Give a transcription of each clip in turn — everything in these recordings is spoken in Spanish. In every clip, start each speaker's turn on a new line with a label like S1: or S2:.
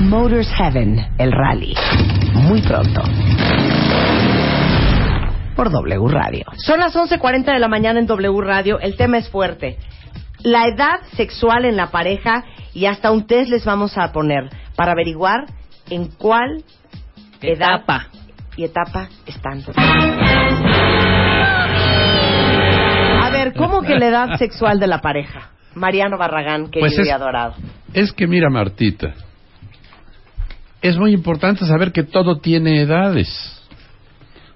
S1: Motors Heaven, el rally. Muy pronto. Por W Radio.
S2: Son las 11.40 de la mañana en W Radio. El tema es fuerte. La edad sexual en la pareja y hasta un test les vamos a poner para averiguar en cuál edad
S3: Etapa.
S2: y etapa están. A ver, ¿cómo que la edad sexual de la pareja? Mariano Barragán, querido
S4: Pues es-
S2: y adorado.
S4: Es que mira, Martita, es muy importante saber que todo tiene edades.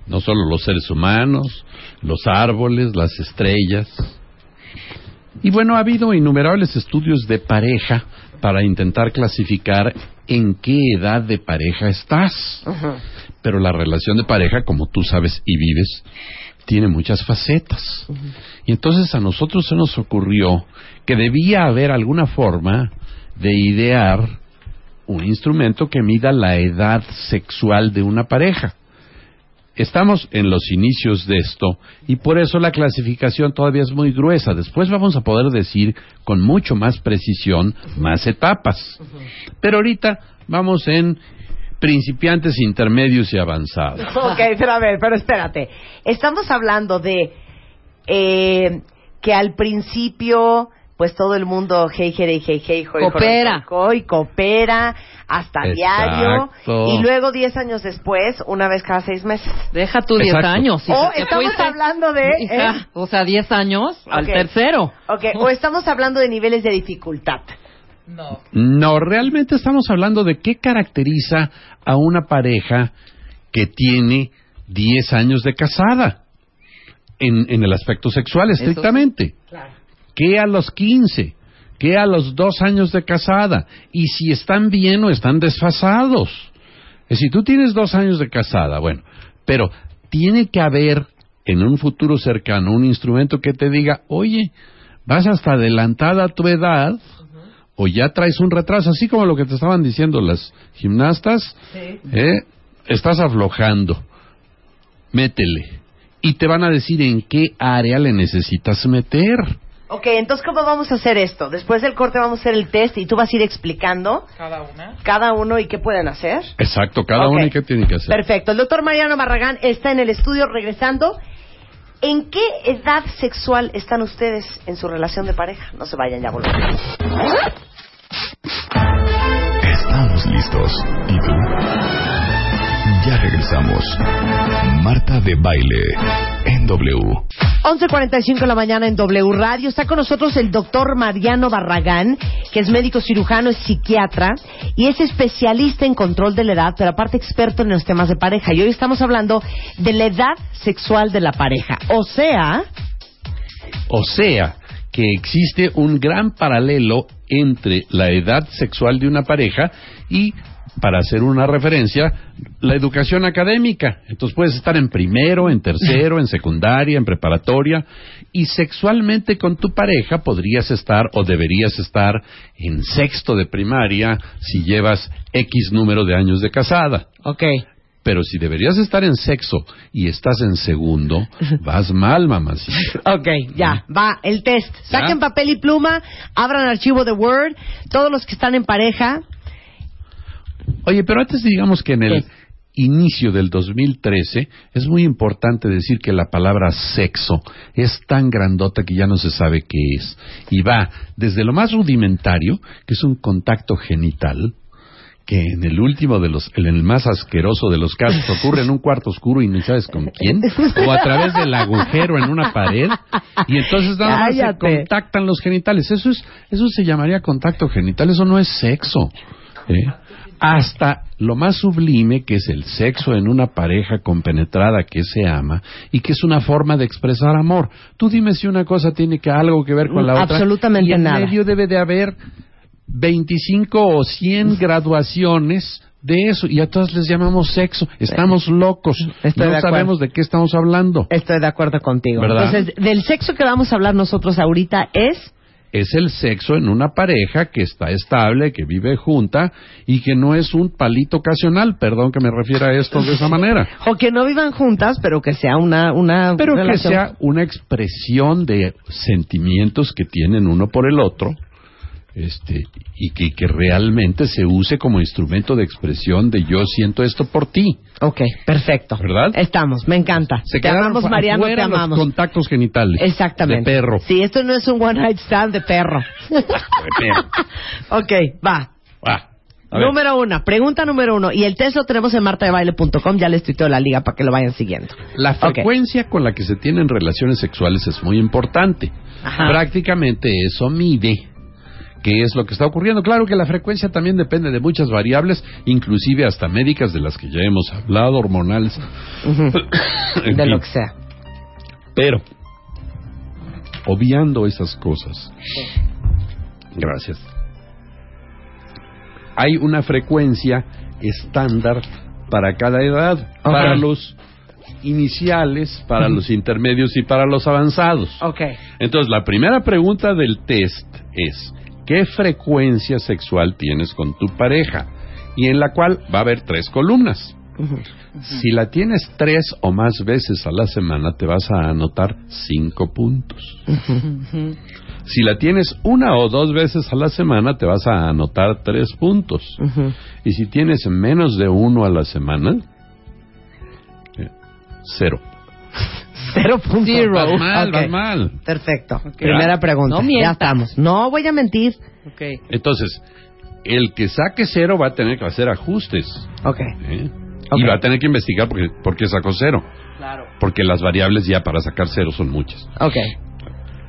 S4: No solo los seres humanos, los árboles, las estrellas. Y bueno, ha habido innumerables estudios de pareja para intentar clasificar en qué edad de pareja estás. Pero la relación de pareja, como tú sabes y vives, tiene muchas facetas. Y entonces a nosotros se nos ocurrió que debía haber alguna forma de idear un instrumento que mida la edad sexual de una pareja. Estamos en los inicios de esto y por eso la clasificación todavía es muy gruesa. Después vamos a poder decir con mucho más precisión más etapas. Pero ahorita vamos en principiantes, intermedios y avanzados.
S2: Ok, pero a ver, pero espérate. Estamos hablando de eh, que al principio, pues todo el mundo, hey, hey, hey, hey, hoy,
S3: Coopera.
S2: hoy, hoy, coopera, hasta diario.
S4: Exacto.
S2: Y luego, 10 años después, una vez cada seis meses.
S3: Deja tú 10
S4: Exacto.
S3: años.
S2: o
S3: hija, que
S2: Oh, estamos
S3: fuiste-
S2: hablando de.
S3: hija,
S2: ¿eh?
S3: O sea, 10 años al
S2: Ok.
S3: tercero.
S2: Ok, o estamos hablando de niveles de dificultad.
S4: No, realmente estamos hablando de qué caracteriza a una pareja que tiene 10 años de casada en, en el aspecto sexual,
S3: sí.
S4: estrictamente.
S2: Claro.
S4: que a los 15, que a los dos años de casada, y si están bien o están desfasados. Es decir, tú tienes dos años de casada, bueno, pero tiene que haber en un futuro cercano un instrumento que te diga, oye, vas hasta adelantada a tu edad. O ya traes un retraso, así como lo que te estaban diciendo las gimnastas, ¿eh? estás aflojando, métele. Y te van a decir en qué área le necesitas meter.
S2: Ok, entonces, ¿cómo vamos a hacer esto? Después del corte vamos a hacer el test y tú vas a ir explicando
S5: Cada una.
S2: cada uno y qué pueden hacer.
S4: Exacto, cada
S2: Ok.
S4: uno y qué tiene que hacer.
S2: Perfecto. El doctor Mariano Barragán está en el estudio regresando. ¿En qué edad sexual están ustedes en su relación de pareja? No se vayan, ya volvemos.
S6: Estamos listos. ¿Y tú? Ya regresamos. Marta de Baile en W.
S2: 11.45 de la mañana en W Radio. Está con nosotros el doctor Mariano Barragán, que es médico cirujano, es psiquiatra y es especialista en control de la edad, pero aparte experto en los temas de pareja. Y hoy estamos hablando de la edad sexual de la pareja. O sea,
S4: O sea, que existe un gran paralelo entre la edad sexual de una pareja y, para hacer una referencia, la educación académica. Entonces puedes estar en primero, en tercero, en secundaria, en preparatoria, y sexualmente con tu pareja podrías estar o deberías estar en sexto de primaria si llevas X número de años de casada.
S3: Ok.
S4: Pero si deberías estar en sexo y estás en segundo, vas mal, mamacita.
S2: Ok, ya, va, el test.
S4: ¿Ya?
S2: Saquen papel y pluma, abran archivo de Word, todos los que están en pareja.
S4: Oye, pero antes digamos que en el inicio del 2013 es muy importante decir que la palabra sexo es tan grandota que ya no se sabe qué es. Y va desde lo más rudimentario, que es un contacto genital, que en el último de los, en el más asqueroso de los casos ocurre en un cuarto oscuro y ni sabes con quién, o a través del agujero en una pared, y entonces nada más se
S2: Cállate.
S4: contactan los genitales. Eso es, eso se llamaría contacto genital, eso no es sexo. ¿eh? Hasta lo más sublime que es el sexo en una pareja compenetrada que se ama y que es una forma de expresar amor. Tú dime si una cosa tiene que algo que ver con la otra.
S2: Mm, Absolutamente
S4: y en
S2: nada.
S4: medio debe de haber 25 o 100 graduaciones de eso y a todas les llamamos sexo. Estamos locos.
S2: Estoy de
S4: no
S2: acuerdo. Eh.
S4: sabemos de qué estamos hablando.
S2: Estoy de acuerdo contigo.
S4: ¿Verdad?
S2: Entonces, del sexo que vamos a hablar nosotros ahorita es...
S4: Es el sexo en una pareja que está estable, que vive junta y que no es un palito ocasional. Perdón que me refiera a esto de esa manera.
S2: O que no vivan juntas, pero que sea una, una
S4: Pero que
S2: relación.
S4: sea una expresión de sentimientos que tienen uno por el otro este, y que, que realmente se use como instrumento de expresión de yo siento esto por ti.
S2: Ok, perfecto.
S4: ¿Verdad?
S2: Estamos, me encanta.
S4: Se
S2: te
S4: quedaron
S2: amamos,
S4: fu-
S2: Mariano,
S4: afuera
S2: te
S4: los
S2: amamos.
S4: contactos genitales.
S2: Exactamente.
S4: De perro.
S2: Sí, esto no es un one night stand de perro.
S4: De perro.
S2: ok, va.
S4: Ah, a ver.
S2: Número uno, pregunta número uno. Y el test lo tenemos en martadebaile.com, ya les tuiteo la liga para que lo vayan siguiendo.
S4: La
S2: Ok.
S4: frecuencia con la que se tienen relaciones sexuales es muy importante.
S2: Ajá.
S4: Prácticamente eso mide qué es lo que está ocurriendo. Claro que la frecuencia también depende de muchas variables, inclusive hasta médicas de las que ya hemos hablado, hormonales.
S2: Ujú.
S4: En
S2: De
S4: fin.
S2: lo que sea.
S4: Pero, obviando esas cosas, gracias, hay una frecuencia estándar para cada edad, para los iniciales, para los intermedios y para los avanzados.
S2: Ok.
S4: Entonces, la primera pregunta del test es, ¿qué frecuencia sexual tienes con tu pareja? Y en la cual va a haber tres columnas. Si la tienes tres o más veces a la semana, te vas a anotar cinco puntos. Si la tienes una o dos veces a la semana, te vas a anotar tres puntos.
S2: Ujú.
S4: Y si tienes menos de uno a la semana, eh, cero.
S2: Cero puntos.
S3: Zero.
S4: Vas mal,
S2: Ok.
S4: vas mal.
S2: Perfecto. Primera pregunta.
S3: No
S2: ya
S3: mientas.
S2: estamos. No voy a mentir.
S3: Ok.
S4: Entonces, el que saque cero va a tener que hacer ajustes.
S2: Ok.
S4: ¿eh?
S2: Ok.
S4: Y va a tener que investigar por qué, por qué sacó cero.
S3: Claro.
S4: Porque las variables ya para sacar cero son muchas.
S2: Ok.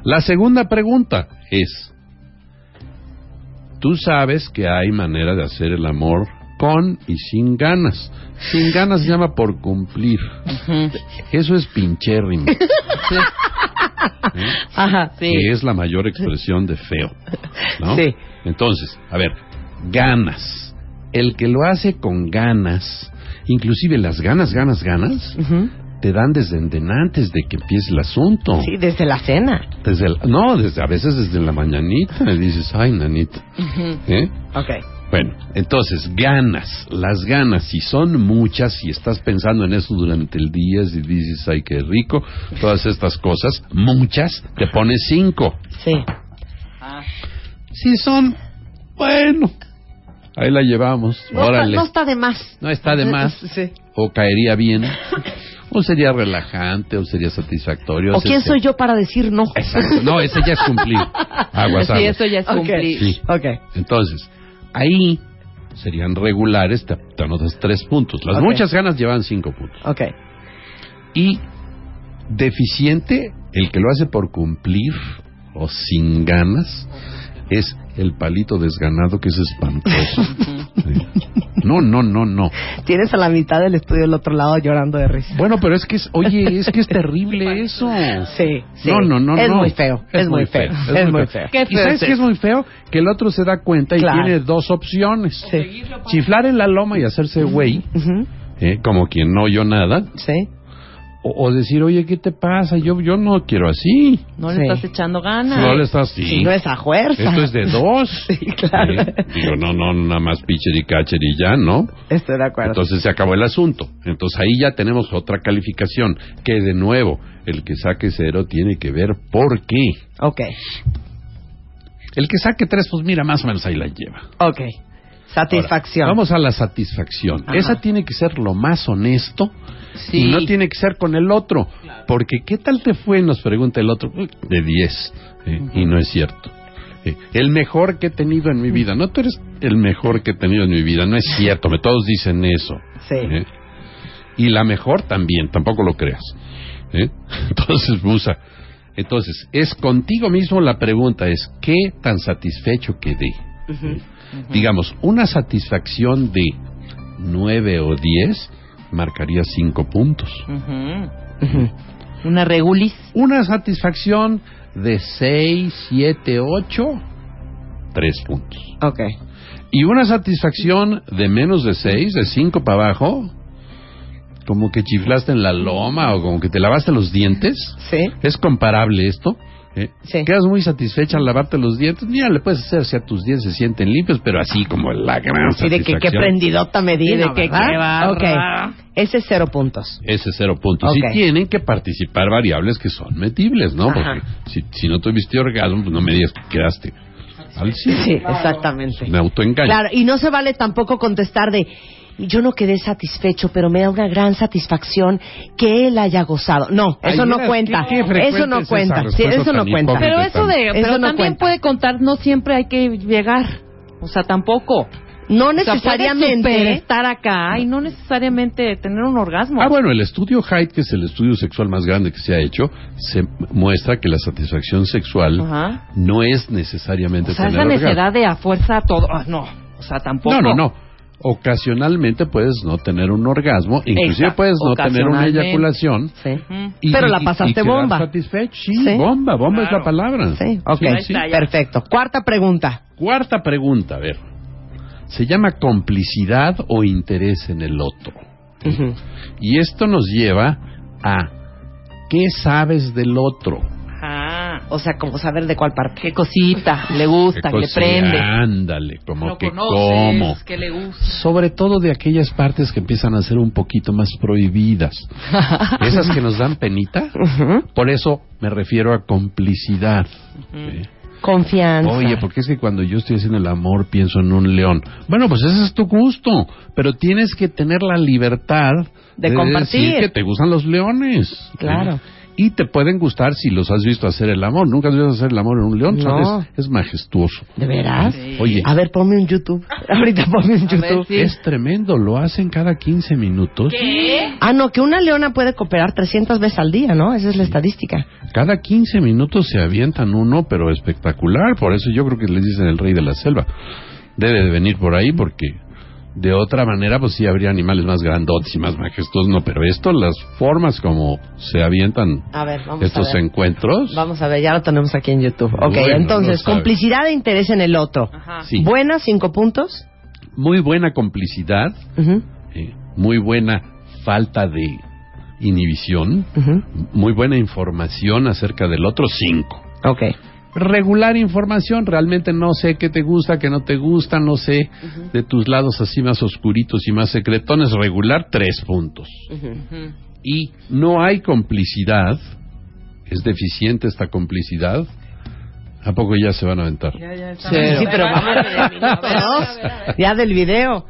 S4: La segunda pregunta es, tú sabes que hay manera de hacer el amor con y sin ganas. Sin ganas se llama por cumplir. Eso es pinchérrimo,
S2: Ajá.
S3: Ah, Sí.
S4: que es la mayor expresión de feo. ¿no?
S2: Sí.
S4: Entonces, a ver, ganas. El que lo hace con ganas, inclusive las ganas, ganas, ganas,
S2: Ujú.
S4: te dan desde en- antes de que empiece el asunto.
S2: Sí, desde la cena.
S4: Desde el- no, desde, a veces desde la mañanita me dices, ay, nanita. ¿Eh?
S2: Ok.
S4: Bueno, entonces, ganas, las ganas, si son muchas, si estás pensando en eso durante el día, si dices, ay, qué rico, todas estas cosas, muchas, te pones cinco.
S2: Sí.
S4: Si son, bueno, ahí la llevamos,
S2: No está,
S4: órale.
S2: no está de más. Eh,
S4: No está de más,
S2: Sí.
S4: o caería bien, o sería relajante, o sería satisfactorio.
S2: ¿O
S4: es
S2: quién
S4: este-
S2: soy yo para decir no?
S4: Exacto, no, ese ya es cumplir. Aguas,
S3: Sí,
S4: aguas.
S3: eso ya es
S2: Ok.
S3: cumplir.
S4: Sí.
S2: Ok.
S4: Entonces, ahí serían regulares, te, te anotas tres puntos. Las
S2: Ok.
S4: muchas ganas llevan cinco puntos.
S2: Ok.
S4: Y deficiente, el que lo hace por cumplir o sin ganas, es el palito desganado que es espantoso. Sí. No, no, no, no.
S2: Tienes a la mitad del estudio del otro lado llorando de risa.
S4: Bueno, pero es que es, oye, es que es terrible eso.
S2: Sí, sí.
S4: No, no, no,
S2: Es
S4: no.
S2: muy feo, es muy feo, es muy feo.
S3: Qué
S4: ¿Y
S3: feo
S4: sabes
S3: es
S4: qué es
S3: eso.
S4: muy feo? Que el otro se da cuenta y
S2: Claro.
S4: tiene dos opciones.
S2: Sí.
S4: Chiflar en la loma y hacerse güey,
S2: Ujú.
S4: eh, como quien no oyó nada,
S2: Sí.
S4: o, o decir, oye, ¿qué te pasa? Yo, yo no quiero así.
S3: No
S2: Sí.
S3: le estás echando ganas.
S4: No le estás así.
S2: Si no es a fuerza.
S4: Esto es de dos.
S2: Sí, claro.
S4: Eh, Digo, no, no, nada más pitcher y catcher y ya, ¿no?
S2: Estoy de acuerdo.
S4: Entonces se acabó el asunto. Entonces ahí ya tenemos otra calificación, que de nuevo, el que saque cero tiene que ver por qué.
S2: Ok.
S4: El que saque tres, pues mira, más o menos ahí la lleva.
S2: Ok. Satisfacción.
S4: Ahora, vamos a la satisfacción.
S2: Ajá.
S4: Esa tiene que ser lo más honesto
S3: Sí.
S4: y no tiene que ser con el otro. Porque ¿qué tal te fue? Nos pregunta el otro. "Uy, De 10. eh, Y no es cierto. Eh, el mejor que he tenido en mi vida. No, tú eres el mejor que he tenido en mi vida. No es cierto. me- Todos dicen eso.
S2: Sí.
S4: eh. Y la mejor también. Tampoco lo creas. eh. Entonces, Busa. Entonces, es contigo mismo la pregunta. Es ¿qué tan satisfecho quedé? Digamos, una satisfacción de 9 o 10 marcaría 5 puntos.
S3: Ujú.
S2: Ujú.
S3: Una regulis.
S4: Una satisfacción de 6, 7, 8, 3 puntos.
S2: Ok.
S4: Y una satisfacción de menos de 6, de 5 para abajo, como que chiflaste en la loma o como que te lavaste los dientes.
S2: Sí.
S4: ¿Es comparable esto? ¿Eh?
S2: Sí.
S4: Quedas muy satisfecha al lavarte los dientes. Mira, le puedes hacer si a tus dientes se sienten limpios, pero así como la gran
S2: Sí, de que qué
S4: satisfacción.
S2: prendidota me di,
S3: Sí,
S2: de
S3: no,
S2: que
S3: ¿verdad?
S2: qué barra. Ok. Ese es cero puntos.
S4: Ese cero puntos.
S2: Ok.
S4: Y tienen que participar variables que son metibles, ¿no?
S2: Ajá.
S4: Porque si, si no tuviste orgasmo, pues no me digas que quedaste al cine.
S2: Sí, exactamente.
S4: Un autoengaño.
S2: Claro, y no se vale tampoco contestar de yo no quedé satisfecho, pero me da una gran satisfacción que él haya gozado. No,
S4: Ay,
S2: eso no
S4: mira,
S2: cuenta.
S4: qué- qué frecuente
S2: eso no
S4: es esa
S2: cuenta. Sí,
S4: respuesta
S2: eso no
S4: tan
S2: cuenta.
S4: hipócrita.
S3: Pero eso de,
S2: Eso
S3: pero
S2: no
S3: también
S2: cuenta.
S3: puede contar, no siempre hay que llegar. O sea, tampoco.
S2: no
S3: O sea, puede super
S2: necesariamente.
S3: estar acá y no necesariamente tener un orgasmo.
S4: Ah, bueno, el estudio Hyde, que es el estudio sexual más grande que se ha hecho, se muestra que la satisfacción sexual
S3: Ajá.
S4: no es necesariamente
S3: O sea,
S4: tener
S3: esa
S4: orgasmo.
S3: necesidad de a fuerza todo. ah, no, o sea, tampoco.
S4: No, no, no. Ocasionalmente puedes no tener un orgasmo, inclusive
S3: Exacto,
S4: puedes no tener una
S3: ocasionalmente.
S4: eyaculación.
S2: Sí.
S3: Mm.
S4: y-
S2: Pero la
S4: y- y
S2: pasaste
S4: quedar
S2: bomba.
S4: satisfecho. Sí,
S2: Sí.
S4: bomba, bomba es
S3: Claro.
S4: la palabra.
S2: Sí, ok,
S4: Sí, sí.
S3: está, ya.
S2: perfecto. Cuarta pregunta.
S4: Cuarta pregunta, a ver. Se llama complicidad o interés en el otro.
S2: Ujú.
S4: Y esto nos lleva a ¿qué sabes del otro?
S3: Ajá.
S2: Ah, O sea, como saber de cuál parte.
S3: Qué cosita, le gusta,
S4: ¿Qué
S3: que le
S4: cosa?
S3: prende.
S4: Ándale, como
S3: Lo
S4: que
S3: conoces,
S4: cómo.
S3: que le gusta.
S4: Sobre todo de aquellas partes que empiezan a ser un poquito más prohibidas. Esas que nos dan penita.
S2: Ujú.
S4: Por eso me refiero a complicidad. ¿sí?
S2: Confianza.
S4: Oye, pues, porque es que cuando yo estoy haciendo el amor pienso en un león. Bueno, pues ese es tu gusto, pero tienes que tener la libertad
S2: De
S4: decir
S2: compartir.
S4: que te gustan los leones.
S2: Claro.
S4: ¿sí? Y te pueden gustar si los has visto hacer el amor. Nunca has visto hacer el amor en un león,
S2: No.
S4: ¿sabes? Es majestuoso.
S2: ¿De veras?
S3: Sí.
S4: Oye,
S2: A ver, ponme un YouTube. Ahorita ponme un
S3: A ver,
S2: YouTube.
S3: sí.
S4: es tremendo, lo hacen cada 15 minutos.
S3: ¿Qué?
S2: Ah, no, que una leona puede cooperar 300 veces al día, ¿no? Esa es la estadística.
S4: Cada 15 minutos se avientan uno, pero espectacular. Por eso yo creo que les dicen el rey de la selva. Debe de venir por ahí porque de otra manera pues sí habría animales más grandotes y más majestuosos. No, pero esto, las formas como se avientan
S2: A ver, vamos
S4: estos
S2: a ver.
S4: encuentros.
S2: Vamos a ver, ya lo tenemos aquí en YouTube. Ok,
S4: Bueno,
S2: entonces,
S4: no sabe.
S2: complicidad e interés en el otro.
S3: Ajá.
S4: Sí,
S2: Buena, cinco puntos.
S4: muy buena complicidad,
S2: Ujú,
S4: eh, muy buena falta de inhibición,
S2: ujú.
S4: muy buena información acerca del otro, cinco.
S2: Ok.
S4: regular información, realmente no sé qué te gusta, qué no te gusta, no sé de tus lados así más oscuritos y más secretones, regular tres puntos.
S3: Ujú.
S4: Y no hay complicidad, es deficiente esta complicidad. ¿A poco ya se van a aventar?
S3: Ya, ya está.
S2: Sí, sí, pero vamos. Dos, ya del video.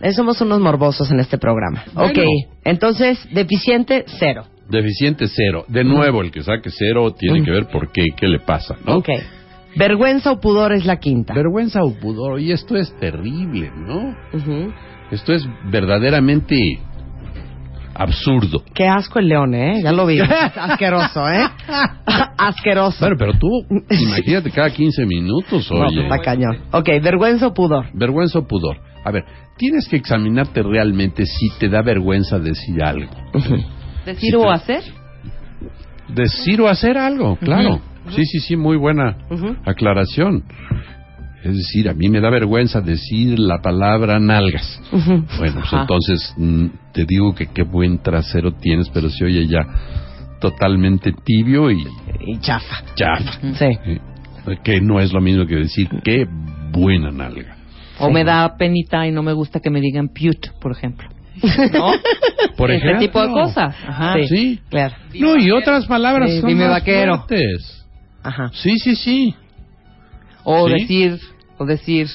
S2: Eh, Somos unos morbosos en este programa. Ok,
S4: Bueno.
S2: entonces, deficiente, cero.
S4: Deficiente cero. De nuevo, el que saque cero tiene que ver por qué, qué le pasa, ¿no?
S2: Ok. Vergüenza o pudor es la quinta.
S4: Vergüenza o pudor, y esto es terrible, ¿no?
S2: Ujú.
S4: Esto es verdaderamente absurdo.
S2: Qué asco el león, ¿eh? Ya lo vi. Asqueroso, ¿eh? Asqueroso.
S4: Bueno, pero tú, imagínate cada 15 minutos,
S2: No, pues,
S4: oye.
S2: está cañón. Ok, vergüenza o pudor.
S4: vergüenza o pudor. A ver, tienes que examinarte realmente si te da vergüenza decir algo.
S3: ¿Decir
S4: Sí,
S3: o
S4: pero-
S3: hacer?
S4: Decir o hacer algo, claro. Sí, sí, sí, muy buena
S2: Ujú.
S4: aclaración. Es decir, a mí me da vergüenza decir la palabra nalgas.
S2: Ujú.
S4: Bueno, pues
S3: Ajá.
S4: entonces mm, te digo que qué buen trasero tienes, pero se oye ya totalmente tibio y
S2: Y chafa.
S4: chafa.
S3: Mm.
S2: Sí.
S4: ¿eh? Que no es lo mismo que decir qué buena nalga.
S3: O me da penita y no me gusta que me digan pute, por ejemplo. ¿No?
S4: Por
S3: Ese
S4: ejemplo.
S3: Este
S4: Ah,
S3: tipo de cosas. Ajá.
S2: Sí.
S4: Sí.
S2: Claro.
S4: No, y otras palabras
S3: Sí,
S4: son
S3: dime
S4: más
S3: vaquero.
S4: fuertes.
S2: Ajá.
S4: Sí, sí, sí.
S3: O
S4: ¿Sí?
S3: decir, o decir,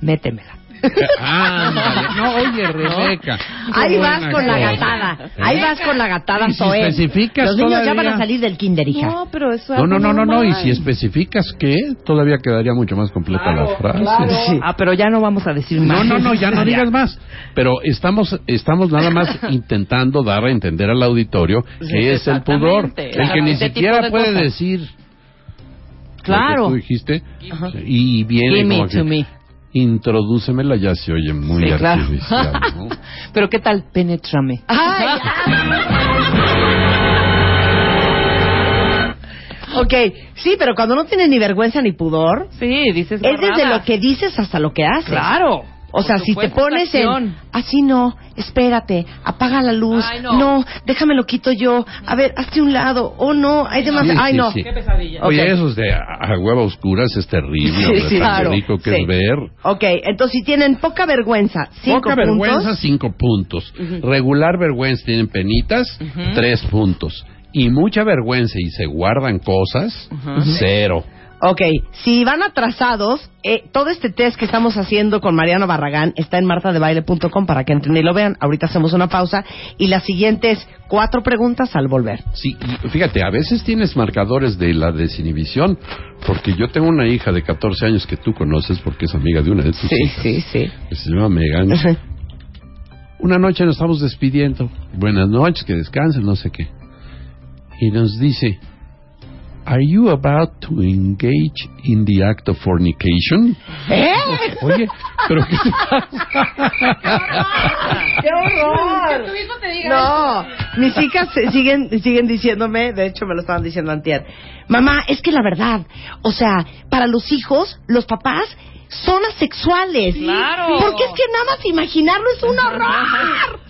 S3: métemela.
S4: Ándale. No, oye, Rebeca.
S2: Ahí vas con la
S4: cosa. ¿Eh?
S2: gatada. Ahí vas con la gatada,
S4: Y si
S2: Zoé.
S4: especificas
S2: Los niños ya
S4: todavía.
S2: van a salir del kinder, hija.
S3: pero eso
S4: No, no, no, no, no. Y si especificas qué, todavía quedaría mucho más completa la frase.
S2: Sí.
S3: Ah, pero ya no vamos a decir
S4: No,
S3: más.
S4: no, no, ya no digas más. Pero estamos, estamos nada más intentando dar a entender al auditorio que es el pudor.
S3: Exactamente.
S4: El que ni
S3: Ese tipo
S4: siquiera
S3: de
S4: puede
S3: cosas.
S4: decir lo que
S3: Claro.
S4: tú dijiste. Y viene
S3: Give
S4: como
S3: me
S4: que,
S3: to me.
S4: Introdúcemela, ya se oye muy
S3: Sí, claro.
S4: artificial, ¿no?
S3: Pero ¿qué tal? Penétrame.
S2: Ay, Ok, sí, pero cuando no tienes ni vergüenza ni pudor,
S3: Sí, dices
S4: Pues
S2: es desde
S3: guarradas.
S2: lo que dices hasta lo que haces.
S3: Claro.
S2: O sea,
S3: Por
S2: si te
S3: supuesto,
S2: pones en
S3: acción.
S2: así no, espérate, apaga la luz,
S3: Ay,
S2: no.
S3: no.
S2: déjame lo quito yo, a ver, hazte un lado, oh no, hay demasiado,
S4: Sí,
S2: ay
S4: sí,
S2: no,
S4: sí.
S2: Ok.
S4: Oye, esos de a, a hueva oscuras es terrible,
S2: Sí,
S4: hombre,
S2: sí,
S4: tan
S2: claro.
S4: rico que
S2: Sí.
S4: es ver.
S2: ok, entonces si tienen poca vergüenza, cinco
S4: Poca
S2: puntos,
S4: vergüenza, cinco puntos. Regular vergüenza, tienen penitas, tres puntos. Y mucha vergüenza y se guardan cosas, cero.
S2: Ok, si van atrasados, eh, todo este test que estamos haciendo con Mariano Barragán está en martadebaile.com para que entren y lo vean. Ahorita hacemos una pausa y la siguiente es cuatro preguntas al volver.
S4: Sí, y fíjate, a veces tienes marcadores de la desinhibición, porque yo tengo una hija de 14 años que tú conoces porque es amiga de una de tus hijas,
S2: sí, sí.
S4: que se llama Megan. Una noche nos estamos despidiendo, buenas noches, que descansen, no sé qué. Y nos dice, ¿Are you about to engage in the act of fornication?
S2: ¿Eh?
S4: Oye, pero qué
S2: ¡Qué horror! No, mis hijas se- siguen, siguen diciéndome, de hecho me lo estaban diciendo antier, mamá, es que la verdad, o sea, para los hijos, los papás son asexuales.
S3: Claro.
S2: Porque es que nada más imaginarlo es un horror.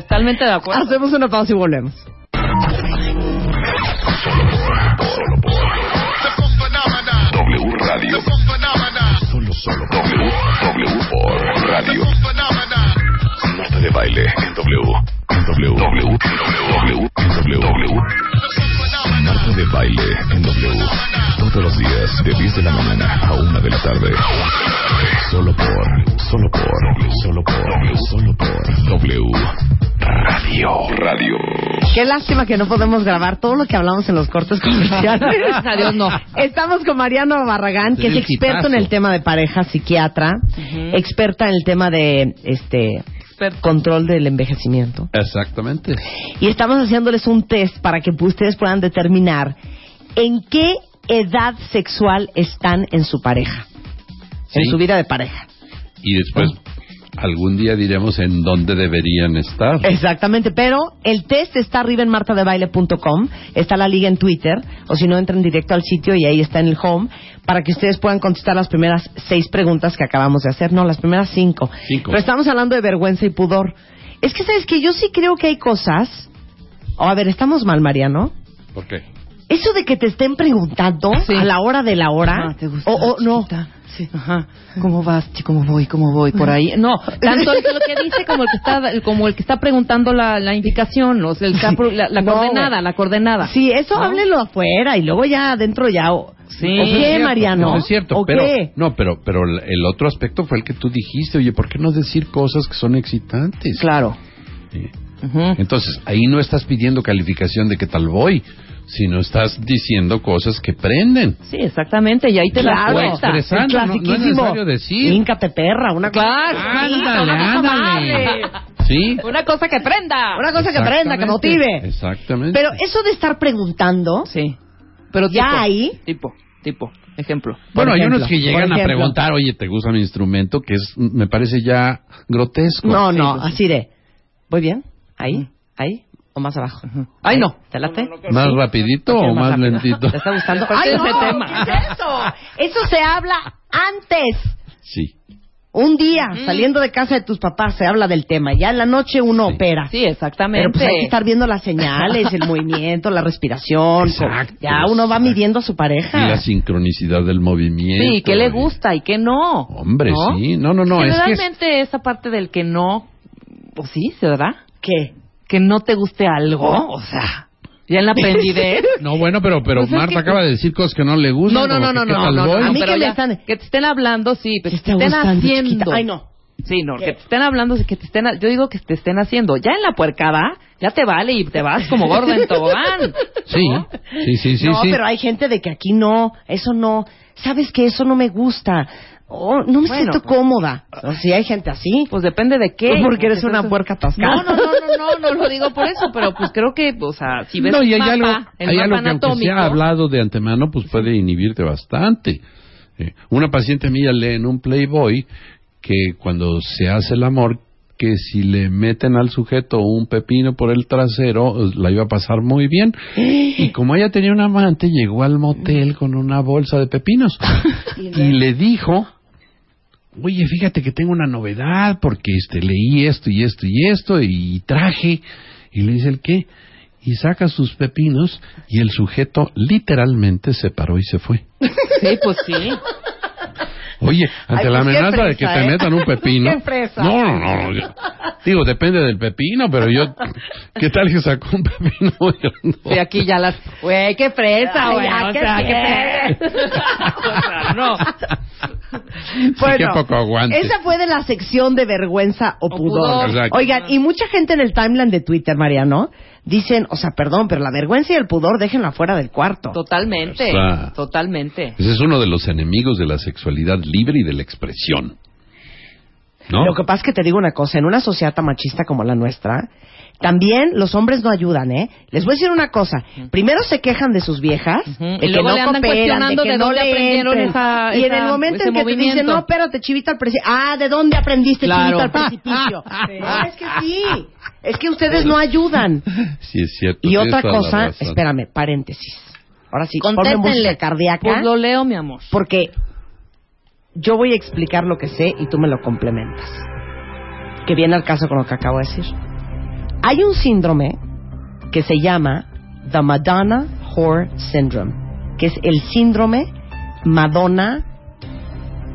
S3: Totalmente de acuerdo.
S2: Hacemos una pausa y volvemos.
S6: W Radio. Solo, solo W. W por Radio. Marta de baile en W. En W. W. W. W. W. Marta de baile en W. Todos los días de 10 de la mañana a 1 de la tarde. Solo por. Solo por. Solo por. Solo por. W. Radio. Radio.
S2: Qué lástima que no podemos grabar todo lo que hablamos en los cortes comerciales.
S3: Gracias a Dios, no.
S2: Estamos con Mariano Barragán, que es
S4: Del
S2: experto
S4: hitazo.
S2: en el tema de pareja, psiquiatra,
S3: Ujú.
S2: experta en el tema de este
S3: Experto.
S2: control del envejecimiento.
S4: Exactamente.
S2: Y estamos haciéndoles un test para que ustedes puedan determinar en qué edad sexual están en su pareja, en
S4: Sí.
S2: su Ah. vida de pareja.
S4: Y después, algún día diremos en dónde deberían estar.
S2: Exactamente, pero el test está arriba en martadebaile.com, está la liga en Twitter, o si no, entran directo al sitio y ahí está en el home, para que ustedes puedan contestar las primeras seis preguntas que acabamos de hacer, no, las primeras cinco.
S4: Cinco.
S2: Pero estamos hablando de vergüenza y pudor. Es que, ¿sabes que Yo sí creo que hay cosas... Oh, a ver, estamos mal, Mariano.
S4: ¿Por qué?
S2: Eso de que te estén preguntando
S3: Sí.
S2: a la hora de la hora,
S3: Ah, ¿te gusta
S2: o, o
S3: la
S2: no,
S3: chiquita? Sí. Ajá. ¿Cómo vas? chi? ¿Cómo voy? ¿Cómo voy? Por ahí. No, tanto el que lo que dice como el que está, como el que está preguntando la, la indicación, o sea, el que ha pro- la, la
S2: No,
S3: coordenada,
S2: güey.
S3: la coordenada.
S2: sí, eso
S3: ¿No?
S2: háblelo afuera y luego ya adentro ya. o-
S3: ¿Ah? Sí.
S2: ¿O
S3: Eso es
S2: qué,
S3: cierto,
S2: Mariano?
S4: Eso es cierto,
S2: ¿O
S4: pero
S2: qué?
S4: no, pero pero el- el otro aspecto fue el que tú dijiste, oye, ¿por qué no decir cosas que son excitantes?
S2: Claro.
S4: Sí.
S3: Ujú.
S4: Entonces, ahí no estás pidiendo calificación de qué tal voy, sino estás diciendo cosas que prenden.
S3: Sí, exactamente, y ahí te
S2: Claro.
S3: la cuenta.
S4: Expresa- Sano,
S2: el
S4: no- no es
S2: clasiquísimo.
S4: necesario decir.
S2: Híncate, perra, una
S3: Claro, sí, una cosa amable.
S4: ¿Sí?
S3: Una cosa que prenda.
S2: cosa, una cosa que
S4: Exactamente,
S2: prenda, que motive.
S4: Exactamente.
S2: Pero eso de estar preguntando,
S3: Sí. Pero
S2: Ya
S3: tipo,
S2: ahí.
S3: Tipo, tipo, ejemplo.
S4: bueno,
S2: por
S4: hay
S2: ejemplo,
S4: unos que
S2: por
S4: llegan a
S2: ejemplo.
S4: preguntar, oye, ¿te gusta mi instrumento? Que es, me parece ya grotesco.
S2: no, no,
S3: sí, sí.
S2: así de, ¿voy bien? Ahí, ahí, o más abajo.
S3: Ay, no.
S2: ¿Te late?
S3: Pues
S4: ¿Más rapidito o más,
S2: rápido.
S4: lentito?
S2: ¿Te está gustando?
S3: Aparte
S2: ¡Ay,
S3: de
S2: no!
S3: Pues ese tema.
S2: ¿Qué es eso? Eso se habla antes.
S4: Sí.
S2: Un día, saliendo de casa de tus papás, se habla del tema. Ya en la noche uno opera.
S3: Sí, exactamente.
S2: Pero pues hay que estar viendo las señales, el movimiento, la respiración.
S4: Exacto,
S2: ya uno va
S4: exacto.
S2: midiendo a su
S4: Y
S2: pareja.
S4: la sincronicidad del movimiento.
S3: Sí, que le
S4: y-
S3: gusta y que no.
S4: Hombre,
S3: ¿No?
S4: sí. No, no, no. Es que es-
S3: Generalmente esa parte del que no, pues sí, ¿se da?
S2: ¿Qué?
S3: Que no te guste algo, o sea, ya en la pendidez.
S4: No, bueno, pero, pero
S3: Pues es
S4: Marta
S3: que-
S4: acaba de decir cosas que no le gustan.
S3: No, no, no,
S4: como
S3: no,
S4: que qué
S3: no, no,
S4: tal
S3: no,
S4: voy.
S3: no,
S2: A mí
S3: pero
S2: que me
S3: ya,
S2: están-
S3: que te estén hablando, sí, pero
S2: ¿Qué
S3: que
S2: está
S3: te estén
S2: gustando,
S3: haciendo.
S2: chiquita? Ay, no.
S3: Sí, no,
S2: ¿Qué?
S3: que te estén hablando, que te estén, yo digo que te estén haciendo. Ya en la puercada, ya te vale y te vas como gordo en tobogán.
S4: Sí, sí, sí, sí.
S2: no,
S4: sí.
S2: pero hay gente de que aquí no, eso no. ¿Sabes que Eso no me gusta. Oh, no me
S3: Bueno.
S2: siento cómoda. O sea, hay gente así.
S3: Pues depende de qué.
S2: Pues porque eres
S3: Entonces,
S2: una puerca atascada.
S3: No, no, no, no, no, no lo digo por eso, pero pues creo que, o sea, si ves
S4: No, y hay
S3: el mapa,
S4: algo,
S3: el
S4: hay
S3: mapa
S4: algo que aunque
S3: anatómico,
S4: sea hablado de antemano, pues puede inhibirte bastante. Eh, una paciente mía lee en un Playboy que cuando se hace el amor, que si le meten al sujeto un pepino por el trasero, eh, la iba a pasar muy bien. Y como ella tenía un amante, llegó al motel con una bolsa de pepinos. Y le dijo Oye, fíjate que tengo una novedad porque este leí esto y esto y esto y traje y le dice el qué y saca sus pepinos y el sujeto literalmente se paró y se fue.
S3: Sí, pues sí.
S4: Oye, ante
S2: Ay,
S4: la
S2: pues, qué
S4: amenaza de que
S2: fresa,
S4: te
S2: ¿eh?
S4: metan un pepino.
S2: Qué fresa.
S4: No, no, no. yo- digo, depende del pepino, pero yo. ¿Qué tal que sacó un pepino? Yo no.
S3: Y aquí ya las. Güey, qué fresa,
S2: Ay,
S3: güey.
S2: ya,
S3: O
S2: qué
S3: sea, qué
S2: fresa.
S3: fresa. O sea, no.
S4: Sí, qué poco aguante.
S2: esa fue de la sección de vergüenza o,
S3: O
S2: pudor.
S3: pudor.
S4: Exacto.
S2: Oigan, y mucha gente en el timeline de Twitter, Mariano, dicen, o sea, perdón, pero la vergüenza y el pudor déjenla fuera del cuarto.
S3: Totalmente.
S4: O sea.
S3: Totalmente.
S4: Ese es uno de los enemigos de la sexualidad libre y de la expresión. ¿No?
S2: Lo que pasa es que te digo una cosa, en una sociedad tan machista como la nuestra, también los hombres no ayudan, ¿eh? Les voy a decir una cosa, primero se quejan de sus viejas,
S3: Ujú,
S2: de
S3: y
S2: que
S3: luego
S2: no
S3: le
S2: cooperan,
S3: andan
S2: de
S3: cuestionando
S2: que
S3: de
S2: no
S3: dónde
S2: le
S3: aprendieron
S2: entran.
S3: esa-
S2: y en
S3: esa-
S2: el momento
S3: ese
S2: en que te dicen,
S3: movimiento.
S2: no, espérate, chivita al precipicio, ah, ¿de dónde aprendiste
S3: Claro.
S2: chivita al precipicio? No, es que sí, es que ustedes no ayudan.
S4: Sí, es cierto.
S2: Y
S4: tienes
S2: otra
S4: toda la
S2: cosa,
S4: razón.
S2: espérame, paréntesis. Ahora sí, ponme música cardíaca
S3: Pues lo leo, mi amor.
S2: porque yo voy a explicar lo que sé y tú me lo complementas. Que viene al caso con lo que acabo de decir. Hay un síndrome que se llama The Madonna Whore Syndrome, que es el síndrome Madonna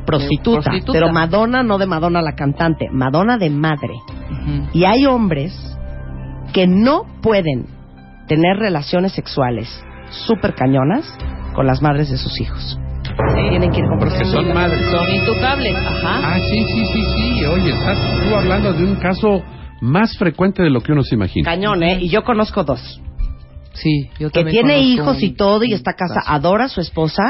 S2: prostituta,
S3: Prostituta.
S2: pero Madonna no de Madonna la cantante, Madonna de madre.
S3: Ujú.
S2: Y hay hombres que no pueden tener relaciones sexuales súper cañonas con las madres de sus hijos. Tienen que ir con
S4: Porque son madres.
S3: Son intocables. Ajá.
S4: Ah, sí, sí, sí, sí. Oye, estás tú hablando de un caso más frecuente de lo que uno se imagina.
S2: Cañón, ¿eh? Y yo conozco dos.
S3: Sí, yo
S2: Que
S3: también
S2: tiene
S3: conozco
S2: hijos y
S3: un-
S2: todo y
S3: un
S2: está casa,
S3: caso.
S2: adora a su esposa,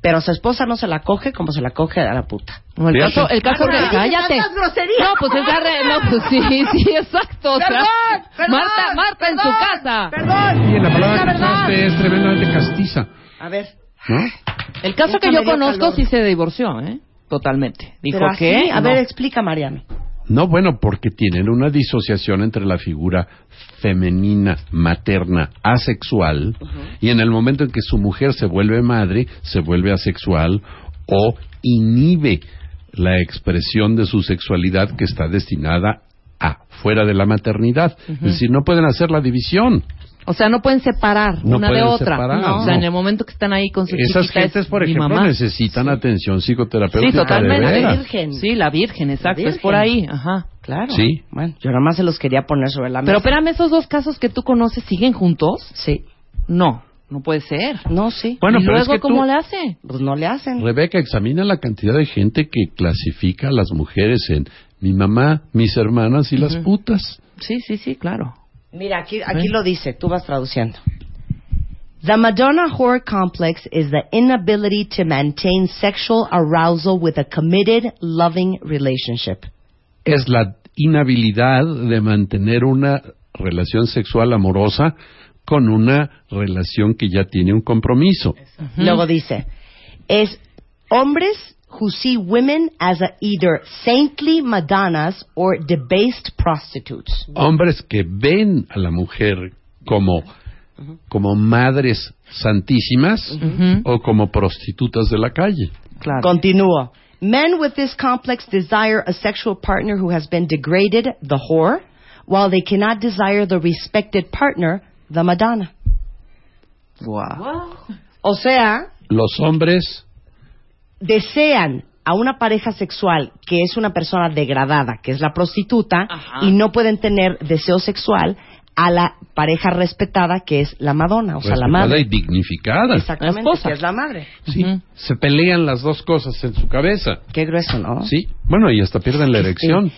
S2: pero a su esposa no se la coge como se la coge a la puta.
S3: No, el
S4: Fíjate.
S3: caso, el caso
S2: Ahora
S3: que-
S2: dices
S3: cállate.
S2: tantas groserías.
S3: No, pues es garre, no, pues sí, sí, exacto. o sea,
S2: Perdón, perdón,
S3: Marta, Marta en
S2: perdón,
S3: su casa.
S2: Perdón.
S4: Y la
S2: es
S4: palabra
S2: la
S4: que usaste es tremendamente castiza.
S2: A ver.
S4: ¿No?
S3: El caso
S2: Nunca
S3: que
S2: me
S3: yo
S2: dio
S3: conozco
S2: calor.
S3: sí se divorció, ¿eh? Totalmente. Dijo
S2: pero así,
S3: que
S2: A ver,
S3: no.
S2: explica, Mariano.
S4: No, bueno, porque tienen una disociación entre la figura femenina, materna, asexual, y en el momento en que su mujer se vuelve madre, se vuelve asexual o inhibe la expresión de su sexualidad que está destinada a fuera de la maternidad. Es decir, no pueden hacer la división.
S3: o sea, no pueden separar
S4: No
S3: una
S4: pueden
S3: de otra.
S4: separar,
S3: O sea,
S4: no.
S3: en el momento que están ahí con su
S4: Esas
S3: chiquita, es
S4: gentes, por
S3: mi
S4: ejemplo,
S3: mamá.
S4: necesitan atención psicoterapéutica.
S3: Sí,
S4: de
S3: totalmente.
S4: veras.
S2: La virgen.
S3: Sí, la virgen, exacto, es
S2: virgen.
S3: por ahí, ajá.
S2: Claro.
S4: Sí.
S2: Bueno, yo nada más se los quería poner sobre la
S3: Pero
S2: mesa.
S3: espérame, esos dos casos que tú conoces siguen juntos?
S2: Sí.
S3: No, no puede ser.
S2: No, sí.
S4: Bueno,
S3: ¿Y
S4: pero
S3: luego
S4: es que tú-
S3: cómo le hace?
S2: Pues no le hacen.
S4: Rebeca, examina la cantidad de gente que clasifica a las mujeres en mi mamá, mis hermanas y las putas.
S3: Sí, sí, sí, claro.
S2: Mira, aquí, aquí lo dice, tú vas traduciendo. The Madonna whore complex is the inability to maintain sexual arousal with a committed, loving relationship.
S4: Es la inhabilidad de mantener una relación sexual amorosa con una relación que ya tiene un compromiso.
S2: Luego dice, es hombres who see women as a either saintly Madonnas or debased prostitutes.
S4: Hombres que ven a la mujer como, como madres santísimas o como prostitutas de la calle.
S3: Claro.
S2: Continúo. Men with this complex desire a sexual partner who has been degraded, the whore, while they cannot desire the respected partner, the Madonna. O sea,
S4: Los hombres
S2: desean a una pareja sexual que es una persona degradada, que es la prostituta,
S3: Ajá.
S2: y no pueden tener deseo sexual a la pareja respetada, que es la Madonna, o sea, la
S4: respetada y
S2: madre.
S4: dignificada.
S2: Exactamente,
S3: La esposa.
S2: que es la madre.
S4: Sí,
S3: Ujú.
S4: se pelean las dos cosas en su cabeza.
S2: Qué grueso, ¿no?
S4: Sí, bueno, y hasta pierden la erección.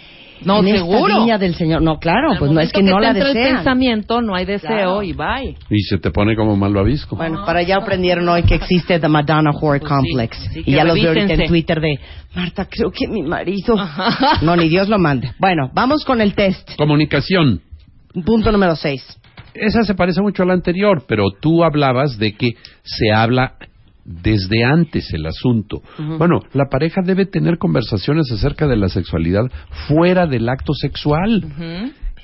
S3: No,
S2: En esta
S3: seguro.
S2: viña del Señor. No, claro,
S3: Al
S2: pues no es
S3: momento
S2: que, no
S3: te
S2: la
S3: entra el
S2: desean.
S3: pensamiento, no hay deseo
S2: Claro.
S3: y bye.
S4: Y se te pone como malo avisco.
S2: Bueno, para allá aprendieron hoy que existe The Madonna Whore
S3: Pues sí,
S2: Complex.
S3: sí, que
S2: y ya los veo ahorita en
S3: revísense.
S2: Twitter de, Marta, creo que mi marido.
S3: Ajá.
S2: No, ni Dios lo mande. Bueno, vamos con el test.
S4: Comunicación.
S2: Punto número 6.
S4: Esa se parece mucho a la anterior, pero tú hablabas de que se habla desde antes el asunto. Bueno, la pareja debe tener conversaciones acerca de la sexualidad fuera del acto sexual.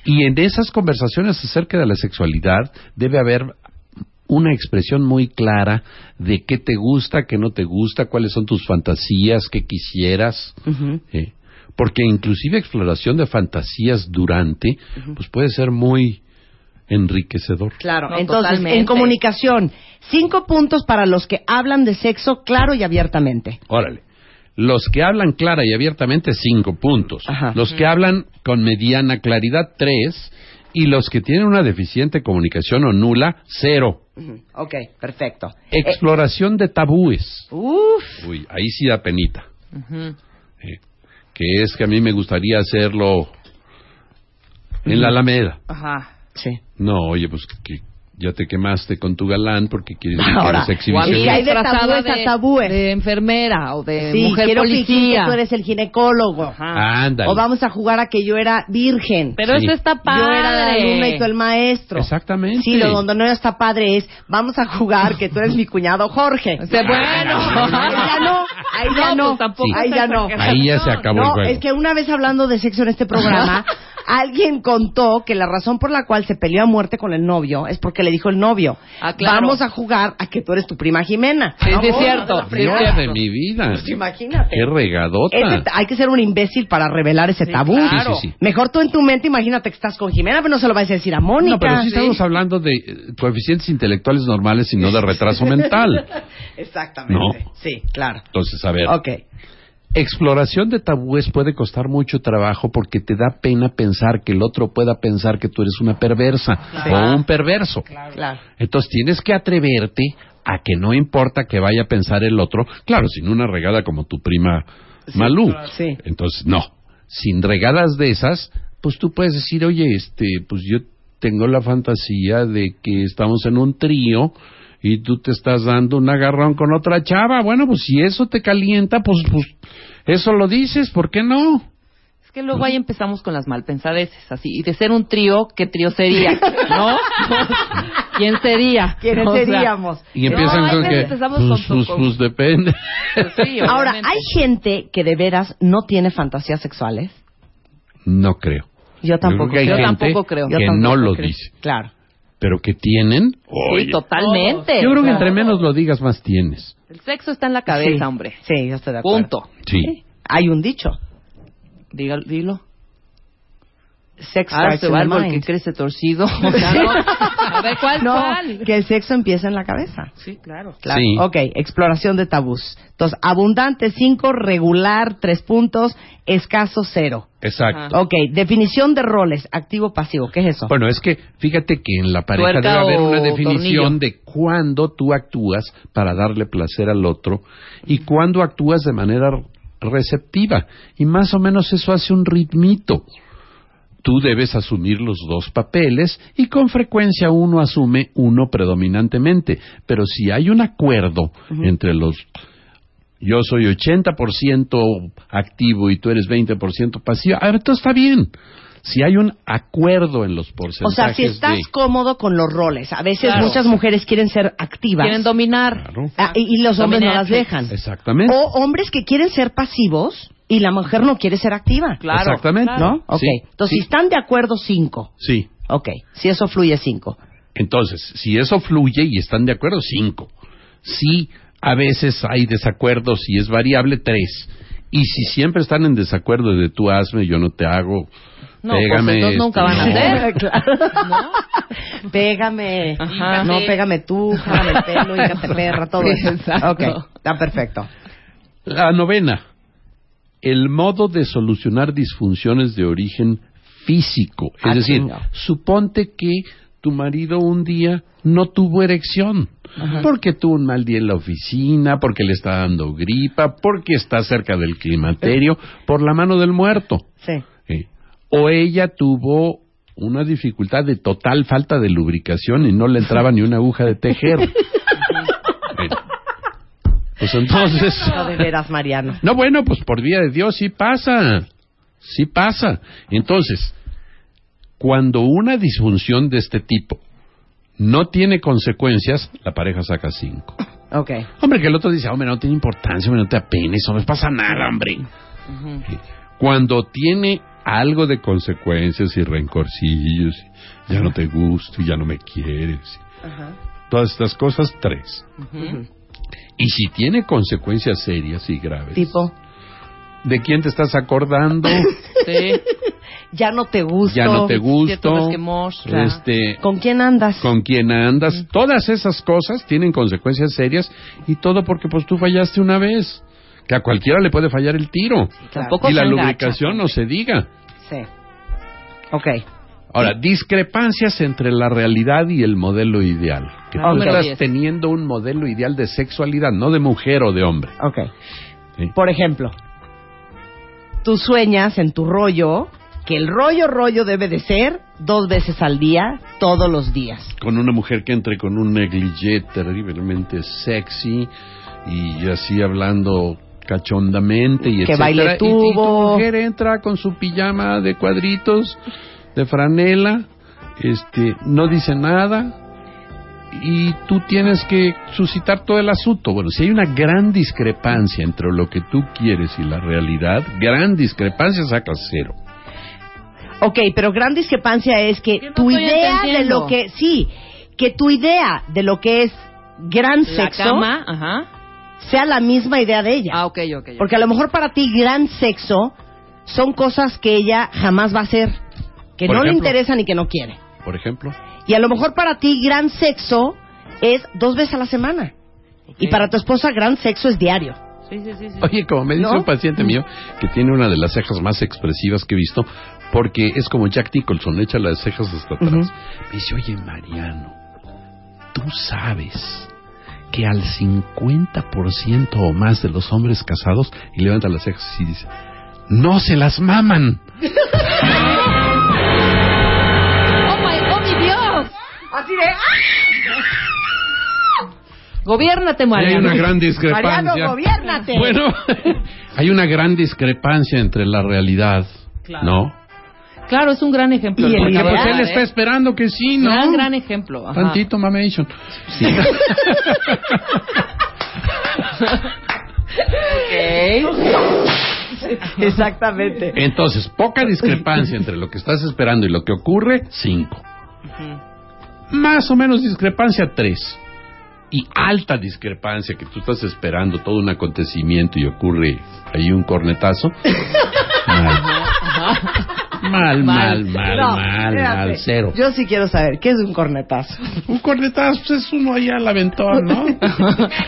S4: Y en esas conversaciones acerca de la sexualidad debe haber una expresión muy clara de qué te gusta, qué no te gusta, cuáles son tus fantasías, qué quisieras. ¿eh? Porque inclusive exploración de fantasías durante, pues puede ser muy enriquecedor.
S2: Claro,
S3: No,
S2: entonces
S3: totalmente.
S2: en comunicación, cinco puntos para los que hablan de sexo claro y abiertamente.
S4: Órale. Los que hablan clara y abiertamente, cinco puntos.
S5: Ajá.
S4: Los que hablan con mediana claridad, tres. Y los que tienen una deficiente comunicación o nula, cero.
S5: Ujú, Ok, perfecto. Eh,
S4: Exploración de tabúes.
S5: uf,
S4: Uy, ahí sí da penita. Eh, que es que a mí me gustaría hacerlo en la Alameda.
S3: Ajá.
S5: sí.
S4: No, oye, pues que ya te quemaste con tu galán porque quieres ir a
S2: Ahora,
S4: las exhibiciones.
S2: Y hay de
S3: Disfrazada
S2: tabúes a tabúes.
S3: De enfermera o de
S2: Sí,
S3: Eh, mujer
S2: quiero fingir que
S3: policía.
S2: tú eres el ginecólogo.
S4: Ah, ándale.
S2: O vamos a jugar a que yo era virgen.
S3: Pero
S4: Sí.
S3: eso está padre.
S2: Yo era la alumna y tú el maestro.
S4: Exactamente.
S2: Sí, lo donde no está padre es, vamos a jugar que tú eres mi cuñado Jorge.
S3: O sea, bueno.
S2: Ahí ya no, ahí ya
S3: No,
S2: no,
S3: pues tampoco
S2: ahí
S3: es
S2: ya no.
S4: Ahí ya se acabó el
S2: No,
S4: juego.
S2: es que una vez hablando de sexo en este programa, alguien contó que la razón por la cual se peleó a muerte con el novio es porque le dijo el novio,
S3: Ah, claro.
S2: vamos a jugar a que tú eres tu prima Jimena.
S3: Sí, sí, es cierto. sí, es
S4: Dios
S3: cierto.
S4: de mi vida.
S2: Pues imagínate.
S4: Qué regadota.
S2: Ese- hay que ser un imbécil para revelar ese tabú.
S4: claro. Sí, sí, sí.
S2: Mejor tú en tu mente imagínate que estás con Jimena, pero no se lo vas a decir a Mónica.
S4: No, pero sí estamos hablando de eh, coeficientes intelectuales normales y no de retraso mental.
S2: Exactamente.
S4: No.
S2: Sí, claro.
S4: Entonces, a ver,
S2: Ok.
S4: exploración de tabúes puede costar mucho trabajo porque te da pena pensar que el otro pueda pensar que tú eres una perversa o un perverso.
S2: Claro.
S4: Entonces tienes que atreverte a que no importa que vaya a pensar el otro, claro, sin una regada como tu prima Malú.
S2: sí.
S4: Entonces, no, sin regadas de esas, pues tú puedes decir, oye, este, pues yo tengo la fantasía de que estamos en un trío y tú te estás dando un agarrón con otra chava. Bueno, pues si eso te calienta, pues, pues eso lo dices, ¿por qué no?
S3: Es que luego ahí empezamos con las malpensadeces, así. Y de ser un trío, ¿qué trío sería? ¿No? ¿Quién sería?
S2: ¿Quiénes
S3: O sea,
S2: seríamos?
S4: Y empiezan
S3: No, ahí
S4: con que,
S3: empezamos
S4: pues,
S3: con
S4: pues,
S3: tu-
S4: pues, depende.
S3: pues sí,
S2: Ahora,
S3: obviamente.
S2: ¿hay gente que de veras no tiene fantasías sexuales?
S4: no creo.
S2: Yo tampoco.
S4: creo que hay
S3: creo. Yo
S4: gente
S3: tampoco creo.
S4: que
S2: Yo tampoco
S4: no lo
S2: creo.
S4: dice.
S2: Claro.
S4: pero que tienen.
S3: Sí, totalmente.
S4: Yo creo que
S3: Claro.
S4: entre menos lo digas, más tienes.
S3: El sexo está en la cabeza,
S2: Sí.
S3: hombre.
S2: Sí, yo estoy de acuerdo.
S3: Punto.
S4: Sí.
S2: Hay un dicho.
S3: Diga- dilo.
S2: Sex
S3: Ahora
S2: starts
S3: se
S2: in
S3: va
S2: the
S3: árbol que
S2: mind.
S3: crece torcido. O sea, no. A ver, ¿cuál,
S2: No,
S3: cuál?
S2: que el sexo empieza en la cabeza.
S3: Sí, claro.
S2: Claro.
S4: Sí.
S2: Ok, exploración de tabús. Entonces, abundante cinco, regular tres puntos, escaso cero.
S4: Exacto.
S2: Ok, definición de roles, activo-pasivo, ¿qué es eso?
S4: Bueno, es que fíjate que en la pareja
S3: Tuerca
S4: debe haber una
S3: o
S4: definición
S3: tornillo.
S4: de cuándo tú actúas para darle placer al otro y cuándo actúas de manera receptiva. Y más o menos eso hace un ritmito. Tú debes asumir los dos papeles y con frecuencia uno asume uno predominantemente. Pero si hay un acuerdo entre los yo soy 80% activo y tú eres 20% pasivo. A ver, todo está bien. Si hay un acuerdo en los
S2: o
S4: porcentajes
S2: sea, si estás
S4: de-
S2: cómodo con los roles. A veces
S3: Claro.
S2: muchas mujeres quieren ser activas
S3: Quieren dominar.
S4: Claro.
S2: ah, y, y los hombres no las
S3: Dominatrix.
S2: dejan.
S4: Exactamente.
S3: Oh,
S2: O hombres que quieren ser pasivos y la mujer no quiere ser activa.
S3: Claro.
S4: Exactamente.
S3: claro.
S2: ¿No? Ok.
S4: Sí,
S2: Entonces, si
S4: sí,
S2: están de acuerdo, cinco.
S4: sí.
S2: Ok. Si eso fluye, cinco.
S4: Entonces, si eso fluye y están de acuerdo, cinco. Si a veces hay desacuerdos y es variable, tres. Y si siempre están en desacuerdo de tú hazme, yo no te hago,
S3: No, pues,
S4: pégame,
S3: entonces
S4: este,
S3: nunca van a
S4: no.
S3: hacer.
S2: Claro. Pégame.
S3: Ajá.
S2: No,
S3: Sí.
S2: pégame tú, jálame el pelo, híjate perra, todo
S3: Sí,
S2: eso.
S3: exacto.
S2: Ok. Está perfecto.
S4: La novena. El modo de solucionar disfunciones de origen físico. Es
S2: Ah,
S4: decir,
S2: chinga.
S4: suponte que tu marido un día no tuvo erección. Porque tuvo un mal día en la oficina, porque le está dando gripa, porque está cerca del climaterio, por la mano del muerto.
S2: Sí.
S4: Eh, O ella tuvo una dificultad de total falta de lubricación y no le entraba ni una aguja de tejer. Bueno, pues entonces...
S2: No, de veras, Mariano.
S4: No, bueno, pues por vía de Dios sí pasa. Sí pasa. Entonces, cuando una disfunción de este tipo no tiene consecuencias, la pareja saca cinco.
S2: Ok.
S4: Hombre, que el otro dice, "Ah, hombre, no tiene importancia, hombre, no te apenes, no pasa nada, hombre. Sí. Cuando tiene algo de consecuencias y rencorcillos, ya no te gusto, y ya no me quieres, todas estas cosas, tres. Y si tiene consecuencias serias y graves,
S2: Tipo,
S4: ¿De quién te estás acordando?
S3: Sí.
S2: ya no te gusto.
S4: ya no te
S3: cierto,
S4: gusto.
S3: ves que mostra.
S4: Este,
S2: ¿Con quién andas?
S4: con quién andas. Todas esas cosas tienen consecuencias serias y todo porque pues tú fallaste una vez. que a cualquiera le puede fallar el tiro.
S3: Tampoco
S4: y la
S3: se engancha.
S4: lubricación no se diga.
S5: Sí. Ok.
S4: Ahora, discrepancias entre la realidad y el modelo ideal. Que
S5: Ah,
S4: tú
S5: número
S4: estás
S3: diez.
S4: teniendo un modelo ideal de sexualidad, no de mujer o de hombre.
S5: Ok.
S4: Sí.
S5: Por ejemplo,
S2: Tú sueñas en tu rollo que el rollo rollo debe de ser dos veces al día, todos los días.
S4: Con una mujer que entre con un negligé terriblemente sexy y así hablando cachondamente y
S2: Que
S4: etcétera.
S2: baile
S4: Y- Y,
S2: tubo.
S4: tu mujer entra con su pijama de cuadritos, de franela, este, no dice nada y tú tienes que suscitar todo el asunto. Bueno, si hay una gran discrepancia entre lo que tú quieres y la realidad, gran discrepancia saca cero.
S2: Ok, pero gran discrepancia es que
S3: Que no
S2: tu
S3: estoy
S2: idea de
S3: entendiendo.
S2: lo que sí, que tu idea de lo que es gran
S3: La
S2: sexo
S3: cama, ajá.
S2: sea la misma idea de ella.
S3: Ah, ok, ok. ok.
S2: Porque a lo mejor para ti gran sexo son cosas que ella jamás va a hacer, que
S4: Por
S2: no le
S4: ejemplo.
S2: interesan y que no quiere.
S4: Por ejemplo,
S2: Y a lo mejor para ti gran sexo es dos veces a la semana. Y para tu esposa gran sexo es diario.
S3: Sí, sí, sí. sí.
S4: Oye, como me dice
S2: ¿No?
S4: un paciente mío que tiene una de las cejas más expresivas que he visto, porque es como Jack Nicholson, echa las cejas hasta atrás. Me dice, oye, Mariano, tú sabes que al 50% o más de los hombres casados, y levanta las cejas y dice, no se las maman.
S3: ¡Oh, my, oh, mi Dios!
S5: así de
S2: ¡ah!
S3: Gobiérnate,
S4: Y hay
S3: Mariano.
S4: una gran discrepancia.
S5: Mariano, gobiérnate.
S4: Bueno, hay una gran discrepancia entre la realidad,
S3: Claro.
S4: ¿no?
S3: Claro, es un gran ejemplo.
S2: Y el
S4: Porque
S2: liberal,
S4: pues él
S3: ¿eh?
S4: está esperando que sí, ¿no?
S3: Gran, gran ejemplo. ajá.
S4: Tantito mamation. Sí.
S5: Exactamente.
S4: Entonces, poca discrepancia entre lo que estás esperando y lo que ocurre, cinco. Más o menos discrepancia, tres. Y alta discrepancia que tú estás esperando todo un acontecimiento y ocurre ahí un cornetazo. Mal, mal, mal, mal,
S2: No,
S4: mal,
S2: espérate.
S4: mal, cero.
S2: Yo sí quiero saber, ¿qué es un cornetazo?
S4: Un cornetazo pues, es uno ahí al aventón, ¿no?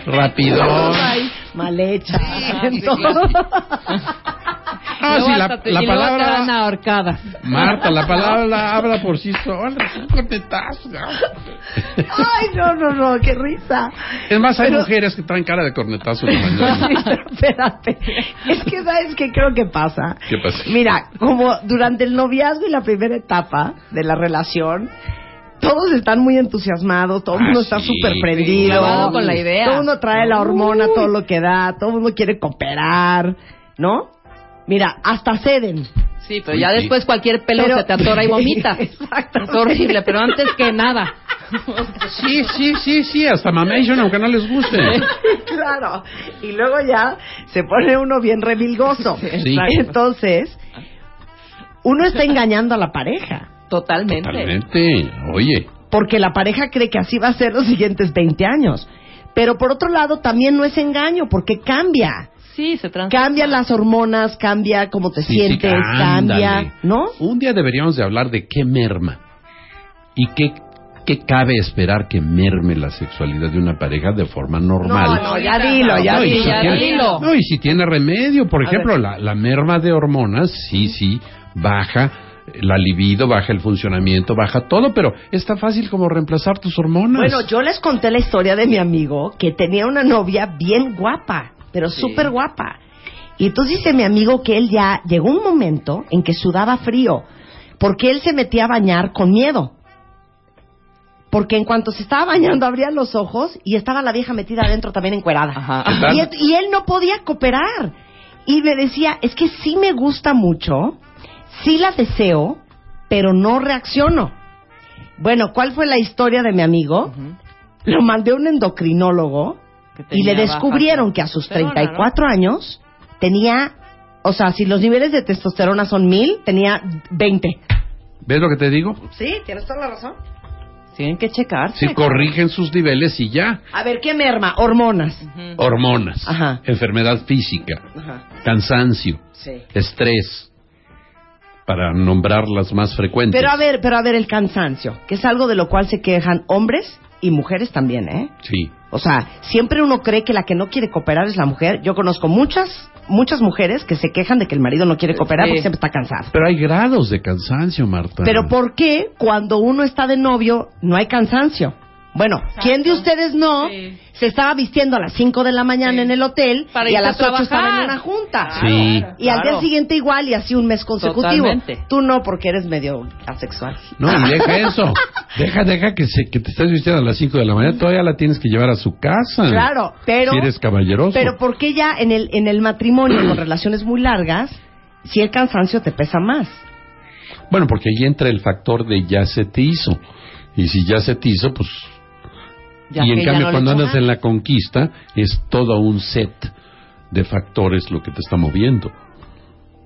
S4: Rapidón.
S2: Ay, mal hecha.
S4: Ah,
S3: Luego
S4: sí, la,
S3: hasta te-
S4: la
S3: y luego te dan
S4: palabra...
S3: ahorcadas.
S4: Marta, la palabra habla por sí sola. es un cornetazo.
S2: Ay, no, no, no, qué risa.
S4: Es más, hay mujeres que traen cara de cornetazo. en la mañana.
S2: Sí, pero espérate. Es que sabes qué creo que pasa.
S4: ¿Qué pasa?
S2: Mira, como durante el noviazgo y la primera etapa de la relación, todos están muy entusiasmados, todo el
S4: Ah,
S2: mundo está
S4: sí.
S2: súper prendido.
S3: Clavado con la idea.
S2: Todo el mundo trae la hormona, todo lo que da, todo el mundo quiere cooperar, ¿no? Mira, hasta ceden.
S3: Sí, pero ya
S4: Sí, sí.
S3: después cualquier pelo
S2: Pero-
S3: se te atora y vomitas.
S2: Exactamente.
S3: Es horrible, pero antes que nada.
S4: Sí, sí, sí, sí, hasta mamation, aunque no les guste.
S2: claro. Y luego ya se pone uno bien remilgoso.
S4: Sí.
S2: Entonces, uno está engañando a la pareja.
S3: Totalmente.
S4: Totalmente. Oye,
S2: porque la pareja cree que así va a ser los siguientes 20 años. Pero por otro lado, también no es engaño, porque cambia.
S3: Sí, se transforma.
S2: Cambian las hormonas, cambia cómo te
S4: sí, sí,
S2: sientes,
S4: ándale.
S2: cambia, ¿no?
S4: Un día deberíamos de hablar de qué merma y qué, qué cabe esperar que merme la sexualidad de una pareja de forma normal.
S2: No, no, ya dilo, ya
S4: Ah, No, y
S2: dilo.
S4: si
S3: ya
S4: tiene-
S3: dilo.
S4: no, y si tiene remedio, por ejemplo, la, la merma de hormonas, sí, sí, baja la libido, baja el funcionamiento, baja todo, pero es tan fácil como reemplazar tus hormonas.
S2: Bueno, yo les conté la historia de mi amigo que tenía una novia bien guapa, pero súper guapa. Y entonces dice mi amigo que él ya llegó un momento en que sudaba frío, porque él se metía a bañar con miedo. Porque en cuanto se estaba bañando abría los ojos y estaba la vieja metida adentro también encuerada.
S3: Ajá.
S4: Ajá.
S2: Y, él- y él no podía cooperar. Y me decía, es que sí me gusta mucho, sí la deseo, pero no reacciono. Bueno, ¿cuál fue la historia de mi amigo?
S3: Ujú.
S2: Lo mandé a un endocrinólogo
S3: Que tenía
S2: y le
S3: baja
S2: descubrieron que a sus
S3: testosterona,
S2: 34 años tenía, o sea, si los niveles de testosterona son mil, tenía 20.
S4: ¿Ves lo que te digo?
S2: Sí, tienes toda la razón.
S3: ¿no? Tienen que checarse.
S4: Si corrigen sus niveles y ya.
S2: A ver, ¿qué merma? Hormonas.
S3: Ujú.
S4: Hormonas,
S2: Ajá.
S4: enfermedad física, cansancio,
S5: Sí.
S4: estrés, para nombrar las más frecuentes.
S2: Pero a ver, pero a ver el cansancio, que es algo de lo cual se quejan hombres y mujeres también, ¿eh?
S4: Sí.
S2: O sea, siempre uno cree que la que no quiere cooperar es la mujer. Yo conozco muchas, muchas mujeres que se quejan de que el marido no quiere cooperar
S3: Sí.
S2: porque siempre está cansado.
S4: Pero hay grados de cansancio, Marta.
S2: Pero ¿por qué cuando uno está de novio no hay cansancio? Bueno, ¿quién de ustedes no
S3: Sí.
S2: se estaba vistiendo a las 5 de la mañana
S3: Sí.
S2: en el hotel
S3: Para
S2: y a
S3: irse a
S2: las 8 estaba en
S3: trabajar.
S2: una junta?
S4: Sí.
S2: Y al día
S3: Claro.
S2: siguiente igual y así un mes consecutivo.
S3: Totalmente.
S2: Tú no porque eres medio asexual.
S4: No, y deja eso. Deja, deja que, se, que te estés vistiendo a las 5 de la mañana. Todavía la tienes que llevar a su casa.
S2: Claro, pero
S4: Mm. Si eres caballeroso.
S2: pero ¿por qué ya en el en el matrimonio con relaciones muy largas si el cansancio te pesa más?
S4: Bueno, porque ahí entra el factor de ya se te hizo. Y si ya se te hizo, pues...
S3: Ya
S4: y en
S3: que ya
S4: cambio,
S3: no le
S4: cuando
S3: echó
S4: andas en la conquista, es todo un set de factores lo que te está moviendo.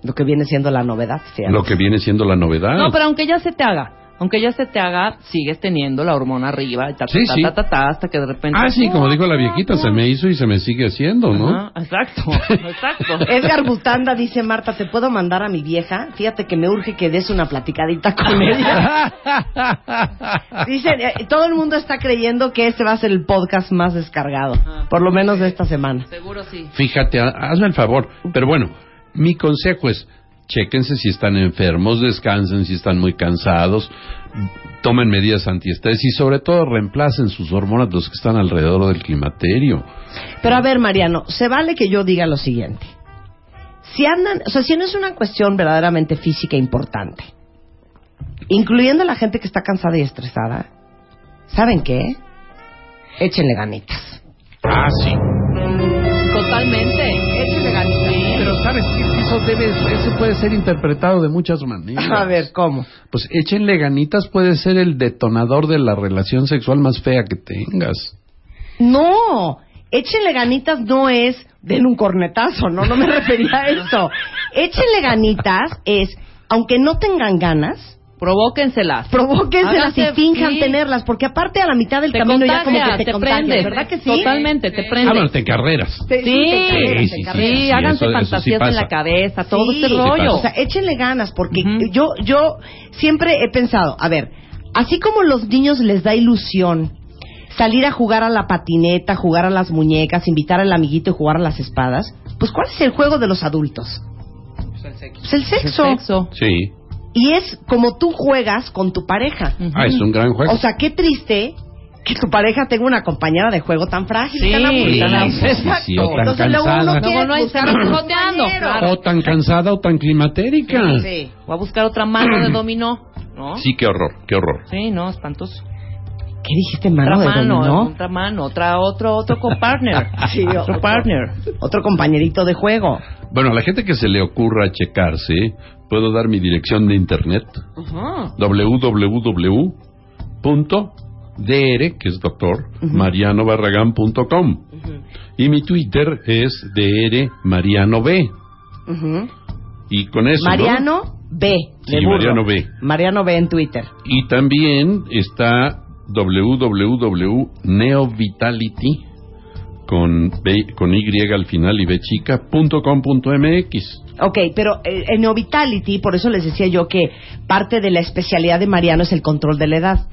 S2: Lo que viene siendo la novedad, fíjate.
S4: Lo que viene siendo la novedad.
S3: No, pero aunque ya se te haga, aunque ya se te haga, sigues teniendo la hormona arriba, y ta, ta,
S4: Sí,
S3: ta,
S4: sí.
S3: ta, ta, ta, hasta que de repente.
S4: Ah, sí, como dijo la viejita, se me hizo y se me sigue haciendo, ¿no?
S3: Ajá, exacto, exacto.
S2: Edgar Butanda dice, Marta, ¿te puedo mandar a mi vieja? Fíjate que me urge que des una platicadita con ella. Dice, eh, todo el mundo está creyendo que este va a ser el podcast más descargado,
S3: Ah.
S2: por lo menos de esta semana.
S3: Seguro sí.
S4: Fíjate, ha- hazme el favor. Pero bueno, mi consejo es, chéquense si están enfermos, descansen si están muy cansados, tomen medidas antiestrés y sobre todo reemplacen sus hormonas los que están alrededor del climaterio.
S2: Pero a ver, Mariano, se vale que yo diga lo siguiente. Si andan, o sea, si no es una cuestión verdaderamente física importante, incluyendo a la gente que está cansada y estresada, ¿saben qué? Échenle ganitas.
S4: Ah, sí.
S3: Totalmente.
S4: Pero sabes que eso debe, eso puede ser interpretado de muchas maneras.
S2: A ver, ¿cómo?
S4: Pues échenle ganitas puede ser el detonador de la relación sexual más fea que tengas.
S2: No, échenle ganitas no es den un cornetazo, no, no me refería a eso. Échenle ganitas es, aunque no tengan ganas,
S3: Provóquenselas.
S2: provóquenselas y
S3: Háganse-
S2: finjan
S3: sí.
S2: tenerlas, porque aparte a la mitad del
S3: Te
S2: camino ya como
S3: contagia,
S2: que te,
S3: te
S2: contagias,
S3: prende.
S2: ¿verdad que sí?
S3: Totalmente, te prende.
S4: Ah, bueno, te encarreras.
S2: Te-
S3: Sí,
S2: te cargas,
S4: sí,
S2: te
S4: sí,
S2: cargas.
S3: sí,
S4: sí,
S3: háganse
S4: eso- eso sí
S3: fantasías en
S4: pasa.
S3: la cabeza, todo
S2: Sí,
S3: este
S2: sí
S3: rollo.
S4: pasa.
S2: O sea, échenle ganas, porque
S3: Ujú.
S2: yo, yo siempre he pensado, a ver, así como los niños les da ilusión salir a jugar a la patineta, jugar a las muñecas, invitar al amiguito y jugar a las espadas, pues ¿cuál es el juego de los adultos? Pues el sexo.
S3: Sexo.
S4: Sí.
S2: Y es como tú juegas con tu pareja.
S3: Ujú.
S4: Ah, es un gran juego.
S2: O sea, qué triste que tu pareja tenga una compañera de juego tan frágil,
S3: Sí,
S2: tan aburrida.
S3: tan
S4: Sí, sí, sí,
S2: Exacto.
S4: o tan
S2: Entonces luego uno
S4: cansada.
S2: quiere
S3: Luego no hay-
S2: buscar
S3: se
S2: un
S3: van joteando,
S2: compañero.
S3: claro.
S4: O tan cansada o tan climatérica. Sí,
S2: Sí.
S3: Voy a buscar otra mano de dominó, ¿no?
S4: qué horror, qué horror.
S3: Sí, no, espantoso.
S2: ¿Qué dijiste,
S3: Otra
S2: mano? de
S3: mano,
S2: dominó?
S3: otra mano, otra, otro, otro copartner.
S2: Sí,
S3: otro,
S2: otro.
S3: partner.
S2: Otro compañerito de juego.
S4: Bueno, a la gente que se le ocurra checarse, puedo dar mi dirección de internet. www.dr, que es doctor, marianobarragán.com. Y mi Twitter es drmarianob.
S2: Ujú.
S4: Y con eso... ¿no?
S2: Mariano B. de
S4: Sí,
S2: burro.
S4: Mariano B.
S2: Mariano B en Twitter.
S4: Y también está www.neovitality con, B- con Y al final y B chica punto com punto MX.
S2: Ok, pero eh, en Neovitality, por eso les decía yo que parte de la especialidad de Mariano es el control de la edad.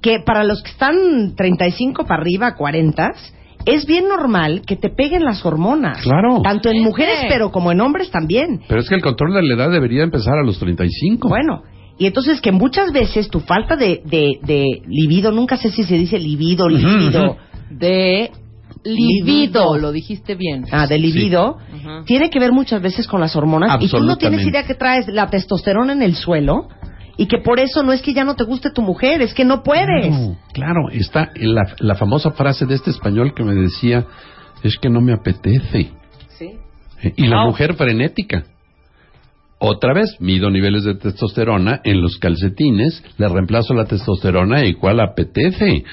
S2: Que para los que están 35 para arriba, 40, es bien normal que te peguen las hormonas.
S4: Claro.
S2: Tanto en mujeres,
S3: Sí.
S2: pero como en hombres también.
S4: Pero es que el control de la edad debería empezar a los 35.
S2: Bueno, y entonces que muchas veces tu falta de, de, de libido, nunca sé si se dice libido, libido,
S4: ujú.
S3: De libido, lo dijiste bien.
S2: ah, de libido,
S3: Ujú.
S2: tiene que ver muchas veces con las hormonas. Y tú no tienes
S4: Absolutamente.
S2: idea que traes la testosterona en el suelo y que por eso no es que ya no te guste tu mujer, es que no puedes.
S4: Claro, claro, está la, la famosa frase de este español que me decía, es que no me apetece. Eh, Y la
S3: Wow.
S4: mujer frenética. Otra vez, mido niveles de testosterona en los calcetines, le reemplazo la testosterona y cuál apetece.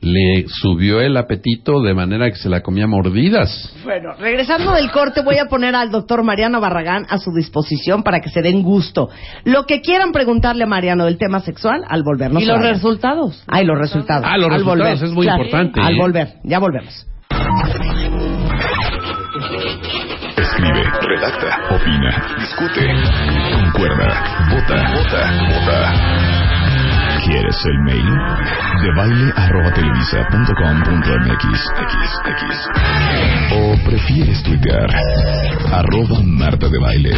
S4: Le subió el apetito de manera que se la comía a mordidas.
S2: Bueno, regresando del corte, voy a poner al doctor Mariano Barragán a su disposición para que se den gusto. Lo que quieran preguntarle a Mariano del tema sexual, al volvernos.
S3: y los resultados.
S2: Ay, los resultados.
S4: Ah, los
S2: al
S4: resultados,
S2: volver.
S4: es muy
S2: Claro,
S4: importante,
S2: Al
S4: ¿eh?
S2: volver, ya volvemos.
S6: Escribe, redacta, opina, discute, concuerda, vota, vota, vota. ¿Quieres el mail? De baile arroba televisa punto com punto MX. ¿O prefieres tuitear? Arroba Marta de Baile.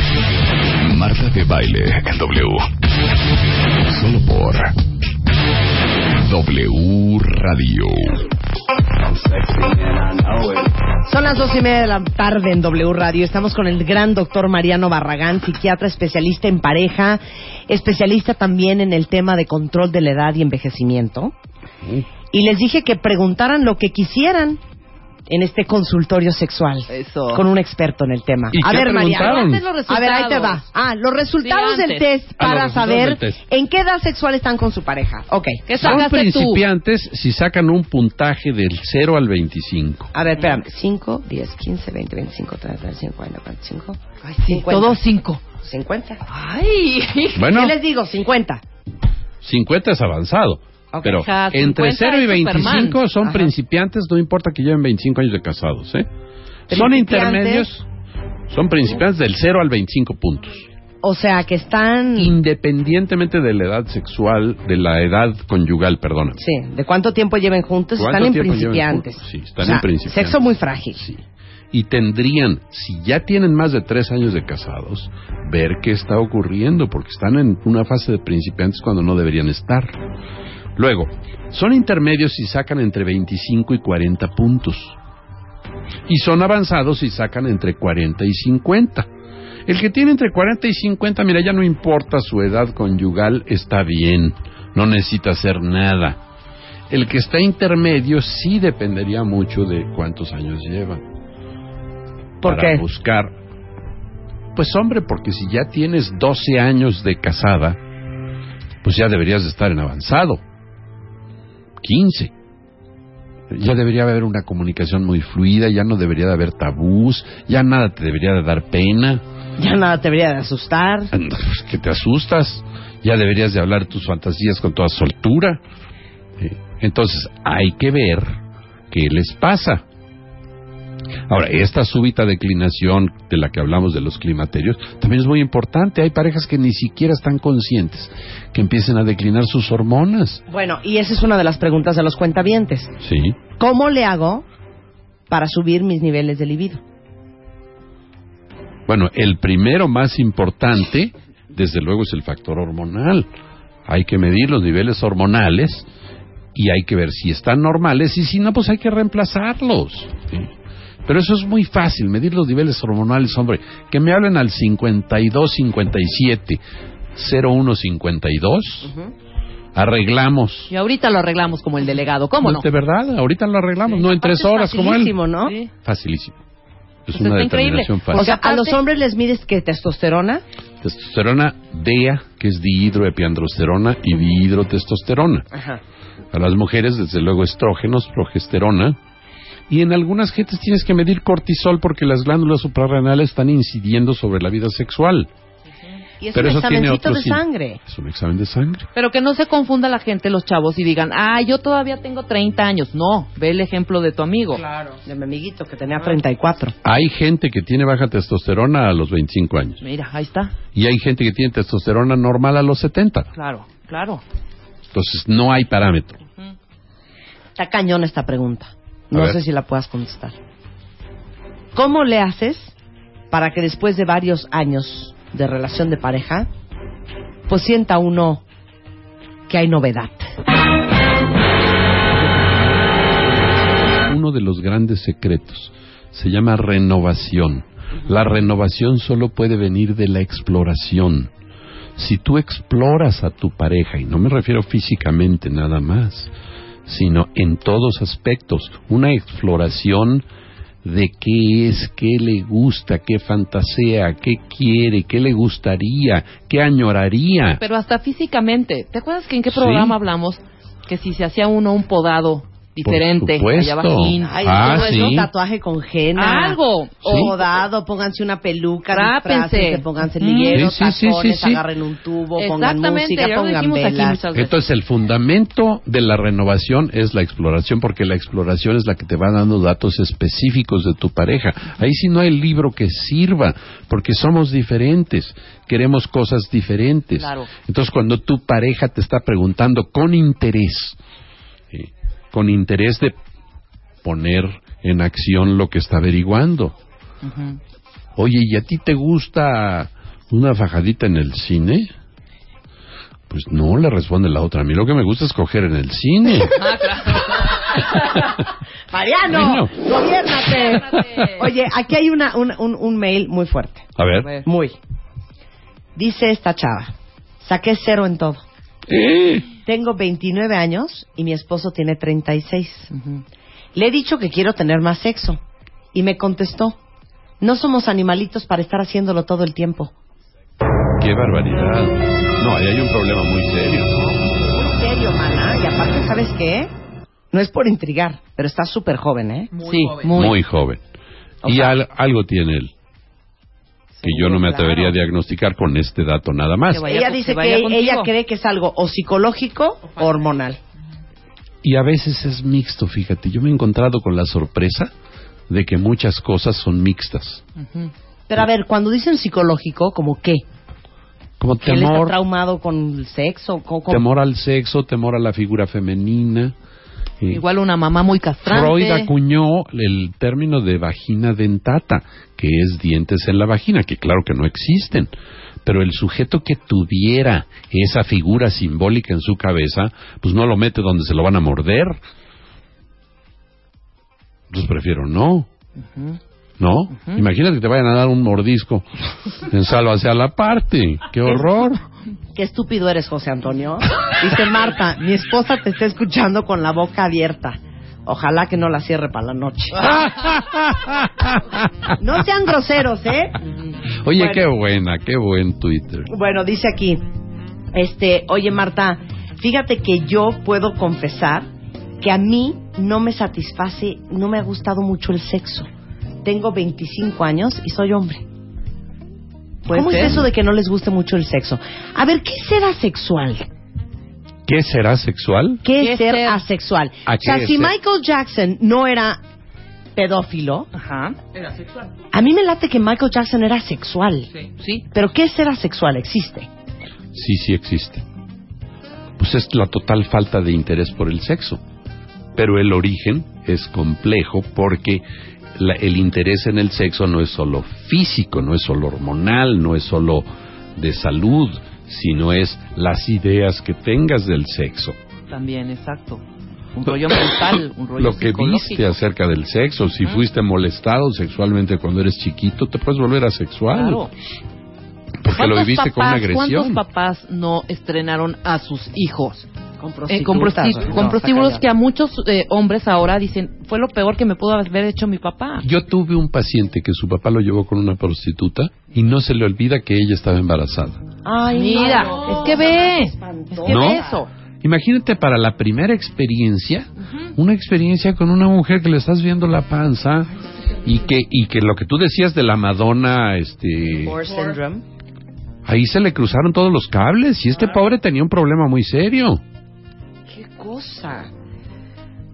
S6: Marta de Baile en W. Solo por W Radio.
S2: Son las dos y media de la tarde en W Radio. Estamos con el gran doctor Mariano Barragán, psiquiatra especialista en pareja, especialista también en el tema de control de la edad y envejecimiento.
S3: Mm.
S2: Y les dije que preguntaran lo que quisieran en este consultorio sexual
S5: Eso.
S2: con un experto en el tema.
S4: ¿Y
S2: a
S4: qué
S2: ver, Mariano.
S4: preguntaron?
S3: Antes los
S2: A ver, ahí te va.
S3: resultados.
S2: Ah, los resultados
S3: Sí,
S2: del
S3: antes.
S2: test
S4: Ah, los
S2: para
S4: resultados
S2: saber
S4: del test.
S2: en qué edad sexual están con su pareja. Ok.
S3: ¿Qué
S4: Son
S3: sacaste tú?
S4: principiantes si sacan un puntaje del 0 al 25.
S2: A ver, espérame. 5, 10, 15, 20, 25, 30, 40, 40, 45.
S3: Ay, sí, todos cinco.
S2: 50.
S3: Ay,
S4: Bueno,
S2: ¿Qué les digo? 50.
S4: 50 es avanzado.
S2: Ok,
S4: Pero
S3: ajá,
S4: entre
S3: 50
S4: 0 y
S3: es
S4: 25
S3: Superman.
S4: son
S2: Ajá.
S4: principiantes, no importa que lleven 25 años de casados. ¿eh? Son
S2: Principiantes.
S4: intermedios, son principiantes del 0 al 25 puntos.
S2: O sea, que están...
S4: Independientemente de la edad sexual, de la edad conyugal, perdona.
S2: Sí, ¿de cuánto tiempo lleven juntos?
S4: ¿Cuánto
S2: Están en
S4: tiempo llevan
S2: principiantes.
S4: juntos? Sí, están
S2: O sea,
S4: en principiantes.
S2: Sexo muy frágil.
S4: Sí. Y tendrían, si ya tienen más de tres años de casados, ver qué está ocurriendo, porque están en una fase de principiantes cuando no deberían estar. Luego, son intermedios si sacan entre 25 y 40 puntos. Y son avanzados si sacan entre 40 y 50. El que tiene entre 40 y 50, mira, ya no importa su edad conyugal, está bien, no necesita hacer nada. El que está intermedio sí dependería mucho de cuántos años lleva.
S2: ¿Por
S4: para
S2: qué?
S4: buscar. Pues hombre, porque si ya tienes 12 años de casada, pues ya deberías de estar en avanzado. 15. Ya debería haber una comunicación muy fluida, ya no debería de haber tabús, ya nada te debería de dar pena.
S2: Ya nada te debería de asustar.
S4: Anda, pues, que te asustas, ya deberías de hablar tus fantasías con toda soltura. Eh, Entonces hay que ver qué les pasa. Ahora, esta súbita declinación de la que hablamos de los climaterios también es muy importante. Hay parejas que ni siquiera están conscientes que empiecen a declinar sus hormonas.
S2: Bueno, y esa es una de las preguntas de los cuentavientes.
S4: Sí.
S2: ¿Cómo le hago para subir mis niveles de libido?
S4: Bueno, el primero más importante, desde luego, es el factor hormonal. Hay que medir los niveles hormonales y hay que ver si están normales y si no, pues hay que reemplazarlos. ¿sí? Pero eso es muy fácil, medir los niveles hormonales, hombre. Que me hablen al 52 57 01 52, arreglamos.
S3: Y ahorita lo arreglamos como el delegado, ¿cómo no?
S4: De verdad, ahorita lo arreglamos, no en tres
S2: Aparte es
S4: horas como él.
S2: facilísimo, ¿no?
S3: Sí.
S4: Facilísimo. Es
S3: Pues
S4: una
S3: está increíble.
S4: determinación fácil.
S2: O sea, a
S3: Aparte-
S2: los hombres les mides que testosterona.
S4: Testosterona DEA, que es dihidroepiandrosterona y dihidrotestosterona. A las mujeres, desde luego, estrógenos, progesterona. Y en algunas gentes tienes que medir cortisol porque las glándulas suprarrenales están incidiendo sobre la vida sexual.
S2: Y es
S4: Pero
S2: un
S4: eso tiene
S2: examencito
S4: otro
S2: de
S4: signo.
S2: sangre.
S4: Es un examen de sangre.
S3: Pero que no se confunda la gente, los chavos, y digan, ah, yo todavía tengo 30 años. No, ve el ejemplo de tu amigo.
S2: Claro. De mi amiguito que
S3: Ah.
S2: tenía 34.
S4: Hay gente que tiene baja testosterona a los 25 años.
S3: Mira, ahí está.
S4: Y hay gente que tiene testosterona normal a los 70.
S3: Claro, claro.
S4: Entonces, no hay parámetro.
S2: Está cañón esta pregunta. No
S4: ver.
S2: sé si la puedas contestar. ¿Cómo le haces para que después de varios años de relación de pareja, pues sienta uno que hay novedad?
S4: uno de los grandes secretos. Se llama renovación. La renovación solo puede venir de la exploración. Si tú exploras a tu pareja, y no me refiero físicamente nada más, sino en todos aspectos, una exploración de qué es, qué le gusta, qué fantasea, qué quiere, qué le gustaría, qué añoraría.
S3: Pero hasta físicamente. ¿Te acuerdas que en qué
S4: Sí.
S3: programa hablamos que si se hacía uno un podado diferente.
S4: supuesto.
S3: Allá bajín.
S2: Ay,
S4: Ah,
S2: todo eso,
S4: sí.
S2: tatuaje con henna.
S3: Algo.
S2: O
S3: Sí.
S2: Rodado, pónganse una peluca,
S3: Rápense.
S2: disfrácense, pónganse liguero,
S4: Sí, sí, sí,
S2: tacones,
S4: sí, sí.
S2: agarren un tubo, pongan
S3: Exactamente,
S2: música,
S3: ya lo
S2: pongan
S3: dijimos aquí
S2: velas.
S3: muchas veces.
S4: Entonces el fundamento de la renovación es la exploración, porque la exploración es la que te va dando datos específicos de tu pareja. Ahí sí no hay libro que sirva, porque somos diferentes, queremos cosas diferentes.
S3: Claro.
S4: Entonces cuando tu pareja te está preguntando con interés, eh, con interés de poner en acción lo que está averiguando.
S3: Ujú.
S4: Oye, ¿y a ti te gusta una fajadita en el cine? Pues no, le responde la otra. A mí lo que me gusta es coger en el cine.
S3: Ah, claro.
S2: Mariano,
S4: Bueno.
S2: gobiérnate.
S3: Gobiérnate.
S2: Oye, aquí hay una, un, un, un mail muy fuerte.
S4: A
S3: A
S4: ver.
S3: ver.
S2: Muy. Dice esta chava, saqué cero en todo.
S4: Eh,
S2: Tengo 29 años y mi esposo tiene 36.
S3: Ujú.
S2: Le he dicho que quiero tener más sexo. Y me contestó, no somos animalitos para estar haciéndolo todo el tiempo.
S4: ¡Qué barbaridad! No, ahí hay un problema muy serio.
S2: Muy serio, mana. Y aparte, ¿sabes qué? No es por intrigar, pero está súper joven, ¿eh?
S3: sí,
S4: Muy,
S3: muy.
S4: joven. y al- algo tiene él que yo no me atrevería a diagnosticar con este dato nada más.
S3: Qué vaya
S2: Ella
S3: con-
S2: dice
S3: que vaya
S2: que
S3: contigo.
S2: ella cree que es algo o psicológico o hormonal.
S4: Y a veces es mixto, fíjate. Yo me he encontrado con la sorpresa de que muchas cosas son mixtas.
S3: Ujú.
S2: Pero a ver, cuando dicen psicológico, ¿como qué?
S4: Como
S2: ¿Que él está
S4: temor,
S2: traumado con el sexo? ¿Cómo- cómo?
S4: temor al sexo, temor a la figura femenina. eh,
S3: Igual una mamá muy castrante.
S4: Freud acuñó el término de vagina dentata, que es dientes en la vagina, que claro que no existen. Pero el sujeto que tuviera esa figura simbólica en su cabeza, pues no lo mete donde se lo van a morder. Pues prefiero no. ¿No? Imagínate que te vayan a dar un mordisco en salva hacia la parte. ¡Qué horror!
S2: Qué estúpido eres, José Antonio. Dice Marta, mi esposa te está escuchando con la boca abierta. Ojalá que no la cierre para la noche. No sean groseros, ¿eh?
S4: Oye,
S2: Bueno.
S4: qué buena, qué buen Twitter.
S2: Bueno, dice aquí, este, oye Marta, fíjate que yo puedo confesar que a mí no me satisface, no me ha gustado mucho el sexo. Tengo 25 años y soy hombre.
S5: Puede
S2: ¿Cómo
S5: ser.
S2: es eso de que no les guste mucho el sexo? A ver, ¿qué será sexual?
S4: ¿Qué será sexual?
S2: ¿Qué,
S3: ¿Qué
S2: es
S3: es
S2: ser,
S3: ser?
S2: asexual?
S4: ¿A
S2: O sea,
S4: qué es
S2: si
S4: ser?
S2: Michael Jackson no era pedófilo,
S3: Ajá. Era sexual.
S2: a mí me late que Michael Jackson era sexual.
S3: Sí. Sí.
S2: Pero ¿qué es ser asexual? Existe.
S4: Sí, sí existe. Pues es la total falta de interés por el sexo. Pero el origen es complejo porque la- el interés en el sexo no es solo físico, no es solo hormonal, no es solo de salud, sino es las ideas que tengas del sexo.
S3: También, exacto. Un rollo mental, un rollo
S4: Lo que
S3: psicológico.
S4: viste acerca del sexo, si fuiste molestado sexualmente cuando eres chiquito, te puedes volver asexual.
S3: Claro.
S4: Porque lo
S3: ¿Cuántos
S4: viviste con una
S3: papás- ¿Cuántos
S4: agresión.
S3: papás no estrenaron a sus hijos?
S2: Con
S3: Eh, con prosti- con prostíbulos que a muchos eh, hombres ahora dicen, fue lo peor que me pudo haber hecho mi papá.
S4: Yo tuve un paciente que su papá lo llevó con una prostituta y no se le olvida que ella estaba embarazada.
S2: Ay,
S3: Mira, es que ve, es que
S4: ¿No?
S3: ve eso.
S4: Imagínate para la primera experiencia, una experiencia con una mujer que le estás viendo la panza y que y que lo que tú decías de la Madonna, este,
S2: syndrome.
S4: ahí se le cruzaron todos los cables y este pobre tenía un problema muy serio.
S2: Qué cosa.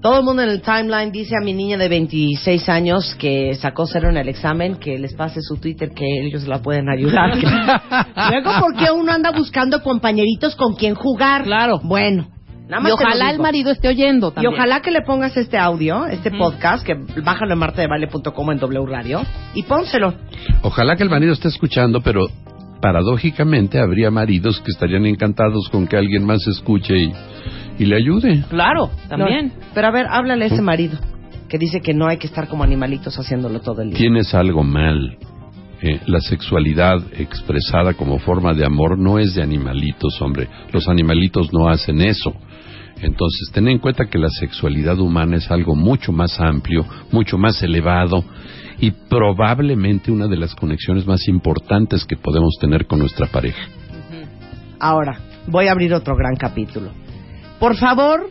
S2: Todo el mundo en el timeline dice a mi niña de 26 años que sacó cero en el examen, que les pase su Twitter, que ellos la pueden ayudar. Luego, ¿por qué uno anda buscando compañeritos con quien jugar?
S3: Claro.
S2: Bueno. nada más
S3: y
S2: te lo
S3: ojalá el
S2: digo.
S3: marido esté oyendo
S2: Y
S3: también.
S2: ojalá que le pongas este audio, este
S3: Ujú.
S2: podcast, que bájalo en martadebaile.com en W Radio, y pónselo.
S4: Ojalá que el marido esté escuchando, pero paradójicamente habría maridos que estarían encantados con que alguien más escuche y, y le ayude.
S3: Claro, también.
S2: No, pero a ver, háblale a ese marido, que dice que no hay que estar como animalitos haciéndolo todo el día.
S4: tienes algo mal. Eh, la sexualidad expresada como forma de amor no es de animalitos, hombre. Los animalitos no hacen eso. Entonces, ten en cuenta que la sexualidad humana es algo mucho más amplio, mucho más elevado y probablemente una de las conexiones más importantes que podemos tener con nuestra pareja.
S2: Ahora, voy a abrir otro gran capítulo. Por favor,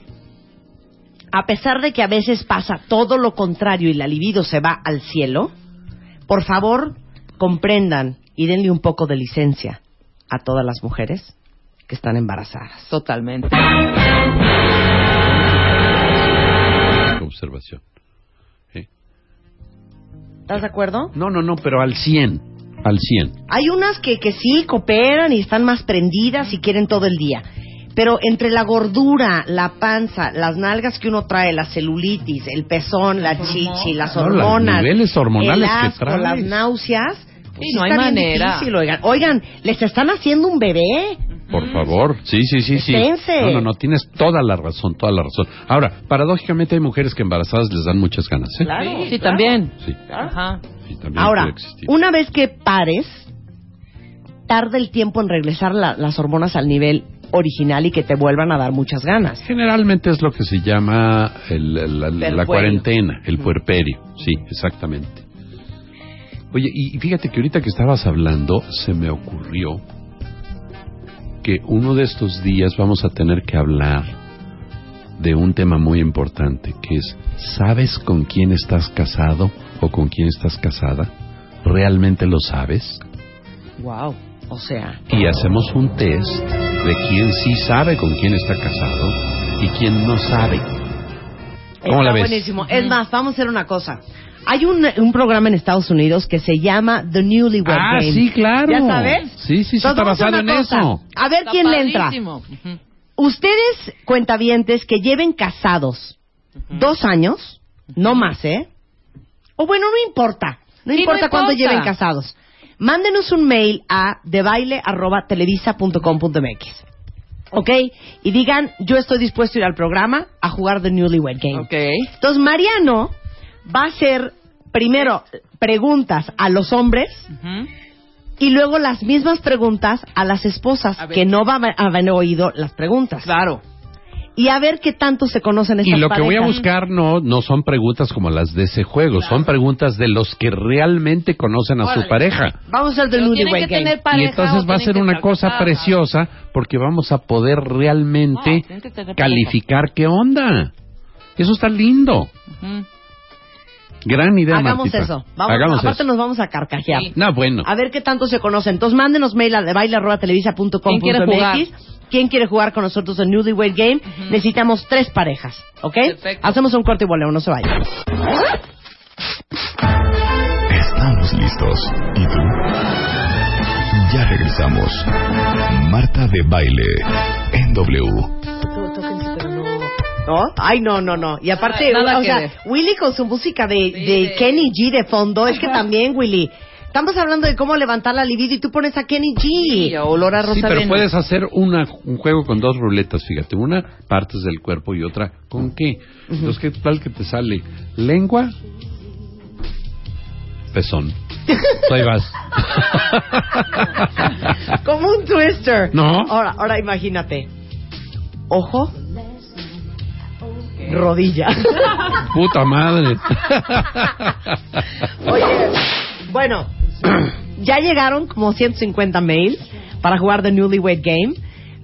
S2: a pesar de que a veces pasa todo lo contrario y la libido se va al cielo, por favor, comprendan y denle un poco de licencia a todas las mujeres que están embarazadas.
S3: Totalmente.
S4: Observación.
S2: ¿Estás de acuerdo?
S4: No, no, no, pero al 100. Al 100.
S2: Hay unas que, que sí cooperan y están más prendidas y quieren todo el día. Pero entre la gordura, la panza, las nalgas que uno trae, la celulitis, el pezón, la chichi, las
S4: No, los
S2: hormonas,
S4: niveles hormonales
S2: el
S4: que
S2: asco,
S4: traes.
S2: las náuseas, pues
S3: Sí, no hay
S2: está bien
S3: manera.
S2: difícil, oigan. Oigan, les están haciendo un bebé.
S4: Por favor. Sí, sí, sí, sí.
S2: Espérense.
S4: No, no, no, tienes toda la razón, toda la razón. Ahora, paradójicamente hay mujeres que embarazadas les dan muchas ganas, ¿eh?
S2: Claro,
S3: Sí,
S2: claro.
S3: también.
S4: Sí,
S3: Ajá.
S4: sí, también
S2: Ahora,
S4: puede existir.
S2: una vez que pares, tarda el tiempo en regresar la- las hormonas al nivel original y que te vuelvan a dar muchas ganas.
S4: Generalmente es lo que se llama el- el- la, la
S3: Perpuerio.
S4: cuarentena, el puerperio. Sí, exactamente. Oye, y y fíjate que ahorita que estabas hablando, se me ocurrió que uno de estos días vamos a tener que hablar de un tema muy importante, que es, ¿sabes con quién estás casado o con quién estás casada? ¿Realmente lo sabes?
S2: Wow. O sea,
S4: y hacemos un test de quién sí sabe con quién está casado y quién no sabe. ¿Cómo
S2: está
S4: la ves?
S2: buenísimo. Es más, vamos a hacer una cosa. Hay un, un programa en Estados Unidos que se llama The Newlywed
S4: Ah,
S2: Game.
S4: sí, claro.
S2: ¿Ya sabes?
S4: Sí, sí, sí,
S2: Entonces,
S4: está
S2: vamos a hacer
S4: basado en
S2: una cosa.
S4: eso.
S2: A ver
S3: Está
S2: quién le entra.
S3: padrísimo. Ujú.
S2: Ustedes, cuentavientes, que lleven casados dos años, no más, ¿eh? O bueno, no importa. No
S3: Sí, no
S2: importa cuánto
S3: importa.
S2: lleven casados. Mándenos un mail a debaile.televisa.com.mx. ¿Ok? Y digan, yo estoy dispuesto a ir al programa a jugar The Newlywed Game.
S3: Ok.
S2: Entonces, Mariano va a hacer primero preguntas a los hombres
S3: Ujú.
S2: y luego las mismas preguntas a las esposas
S3: A ver.
S2: que no van a haber oído las preguntas.
S3: Claro.
S2: Y a ver qué tanto se conocen
S4: Y
S2: estas
S4: lo que voy a
S2: parejas.
S4: buscar no, no son preguntas como las de ese juego, son preguntas de los que realmente conocen a
S3: Órale.
S4: su pareja.
S2: Vamos al del
S3: Pero tienen que
S2: Newlywed Game.
S3: tener pareja
S4: y entonces
S3: o
S4: va a
S3: tienen
S4: ser
S3: que
S4: una
S3: estar
S4: cosa
S3: casadas.
S4: preciosa porque vamos a poder
S3: No,
S2: Ah,
S4: realmente
S3: tienen que tener
S4: calificar qué onda. Eso está lindo.
S3: Ujú.
S4: Gran idea,
S2: Hagamos
S4: Martita.
S2: eso. Vamos,
S4: Hagamos
S2: aparte
S4: eso.
S2: nos vamos a carcajear.
S3: Sí.
S4: No, bueno.
S2: A ver qué tanto se conocen. Entonces mándenos mail a
S3: ¿Quién quiere jugar?
S2: debaile.televisa.com.mx. ¿Quién quiere jugar con nosotros en Newlywed Game? Necesitamos tres parejas, ¿ok?
S3: Perfecto.
S2: Hacemos un corte y volvemos, no se vayan.
S6: Estamos listos. ¿Y tú? Ya regresamos. Marta de Baile en W.
S2: ¿No? Ay, no, no, no. Y aparte,
S3: Nada
S2: o
S3: que
S2: sea,
S3: ver.
S2: Willy con su música de, de
S3: Sí.
S2: Kenny G de fondo, es que también, Willy, estamos hablando de cómo levantar la libido y tú pones a Kenny G.
S3: Y olor a rosa
S4: Sí, pero
S3: avena.
S4: puedes hacer una, un juego con dos ruletas, fíjate, una partes del cuerpo y otra con qué. Entonces, ¿qué tal que te sale? Lengua, pezón. Ahí vas.
S2: Como un twister.
S4: No.
S2: Ahora, ahora imagínate. Ojo. Rodilla.
S4: Puta madre.
S2: Oye, bueno, ya llegaron como 150 mails para jugar The Newlywed Game.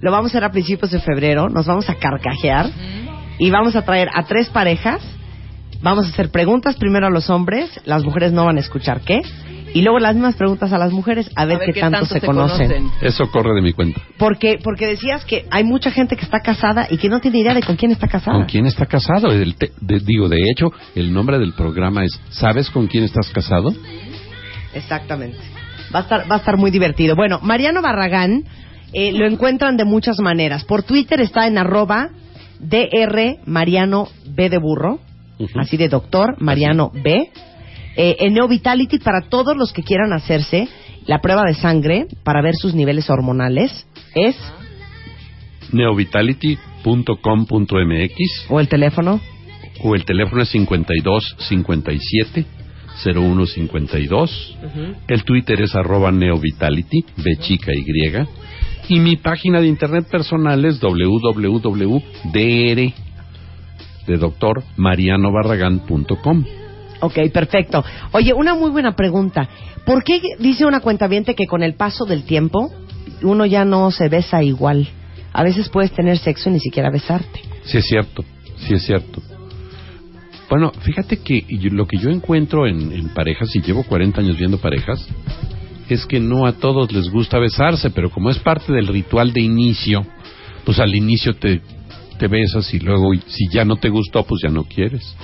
S2: Lo vamos a hacer a principios de febrero. Nos vamos a carcajear y vamos a traer a tres parejas. Vamos a hacer preguntas primero a los hombres. Las mujeres no van a escuchar qué. Y luego las mismas preguntas a las mujeres a ver, qué, tanto, se, conocen.
S4: Eso corre de mi cuenta.
S2: Porque, porque decías que hay mucha gente que está casada y que no tiene idea de con quién está casada.
S4: ¿Con quién está casado? El te- de- digo, de hecho, el nombre del programa es ¿Sabes con quién estás casado?
S2: Exactamente. Va a estar, va a estar muy divertido. Bueno, Mariano Barragán eh, lo encuentran de muchas maneras. Por Twitter está en arroba DR Mariano B de burro,
S4: Ujú.
S2: así de doctor Mariano B. Eh, en Neo Vitality para todos los que quieran hacerse la prueba de sangre para ver sus niveles hormonales es
S4: neovitality.com.mx
S2: o el teléfono
S4: o el teléfono es 52 57 01 52. El Twitter es arroba neovitality, B chica Y. Y mi página de internet personal es www.dr de doctor marianobarragán.com.
S2: Ok, perfecto. Oye, una muy buena pregunta. ¿Por qué dice una cuentaviente que con el paso del tiempo uno ya no se besa igual? A veces puedes tener sexo y ni siquiera besarte.
S4: Sí es cierto, sí es cierto. Bueno, fíjate que yo- lo que yo encuentro en, en parejas, y llevo 40 años viendo parejas, es que no a todos les gusta besarse, pero como es parte del ritual de inicio, pues al inicio te, te besas y luego, y si ya no te gustó, pues ya no quieres.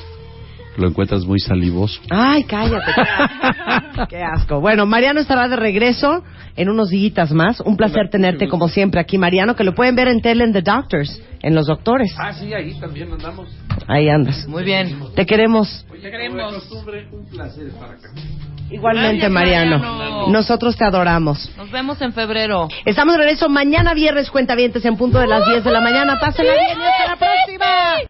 S4: Lo encuentras muy salivoso.
S2: Ay, cállate. qué asco. Qué asco. Bueno, Mariano estará de regreso en unos días más. Un placer tenerte como siempre aquí, Mariano, que lo pueden ver en Tele en The Doctors, en Los Doctores.
S4: Ah, sí, ahí también andamos.
S2: Ahí andas.
S3: Muy bien.
S2: Te queremos
S4: un placer para acá.
S2: igualmente,
S3: Gracias,
S2: Mariano.
S3: Mariano.
S2: Nosotros te adoramos.
S3: Nos vemos en febrero.
S2: ¿eh? Estamos de regreso mañana viernes, cuentavientes, en punto de las 10 de la mañana. Pásenla bien y hasta la próxima.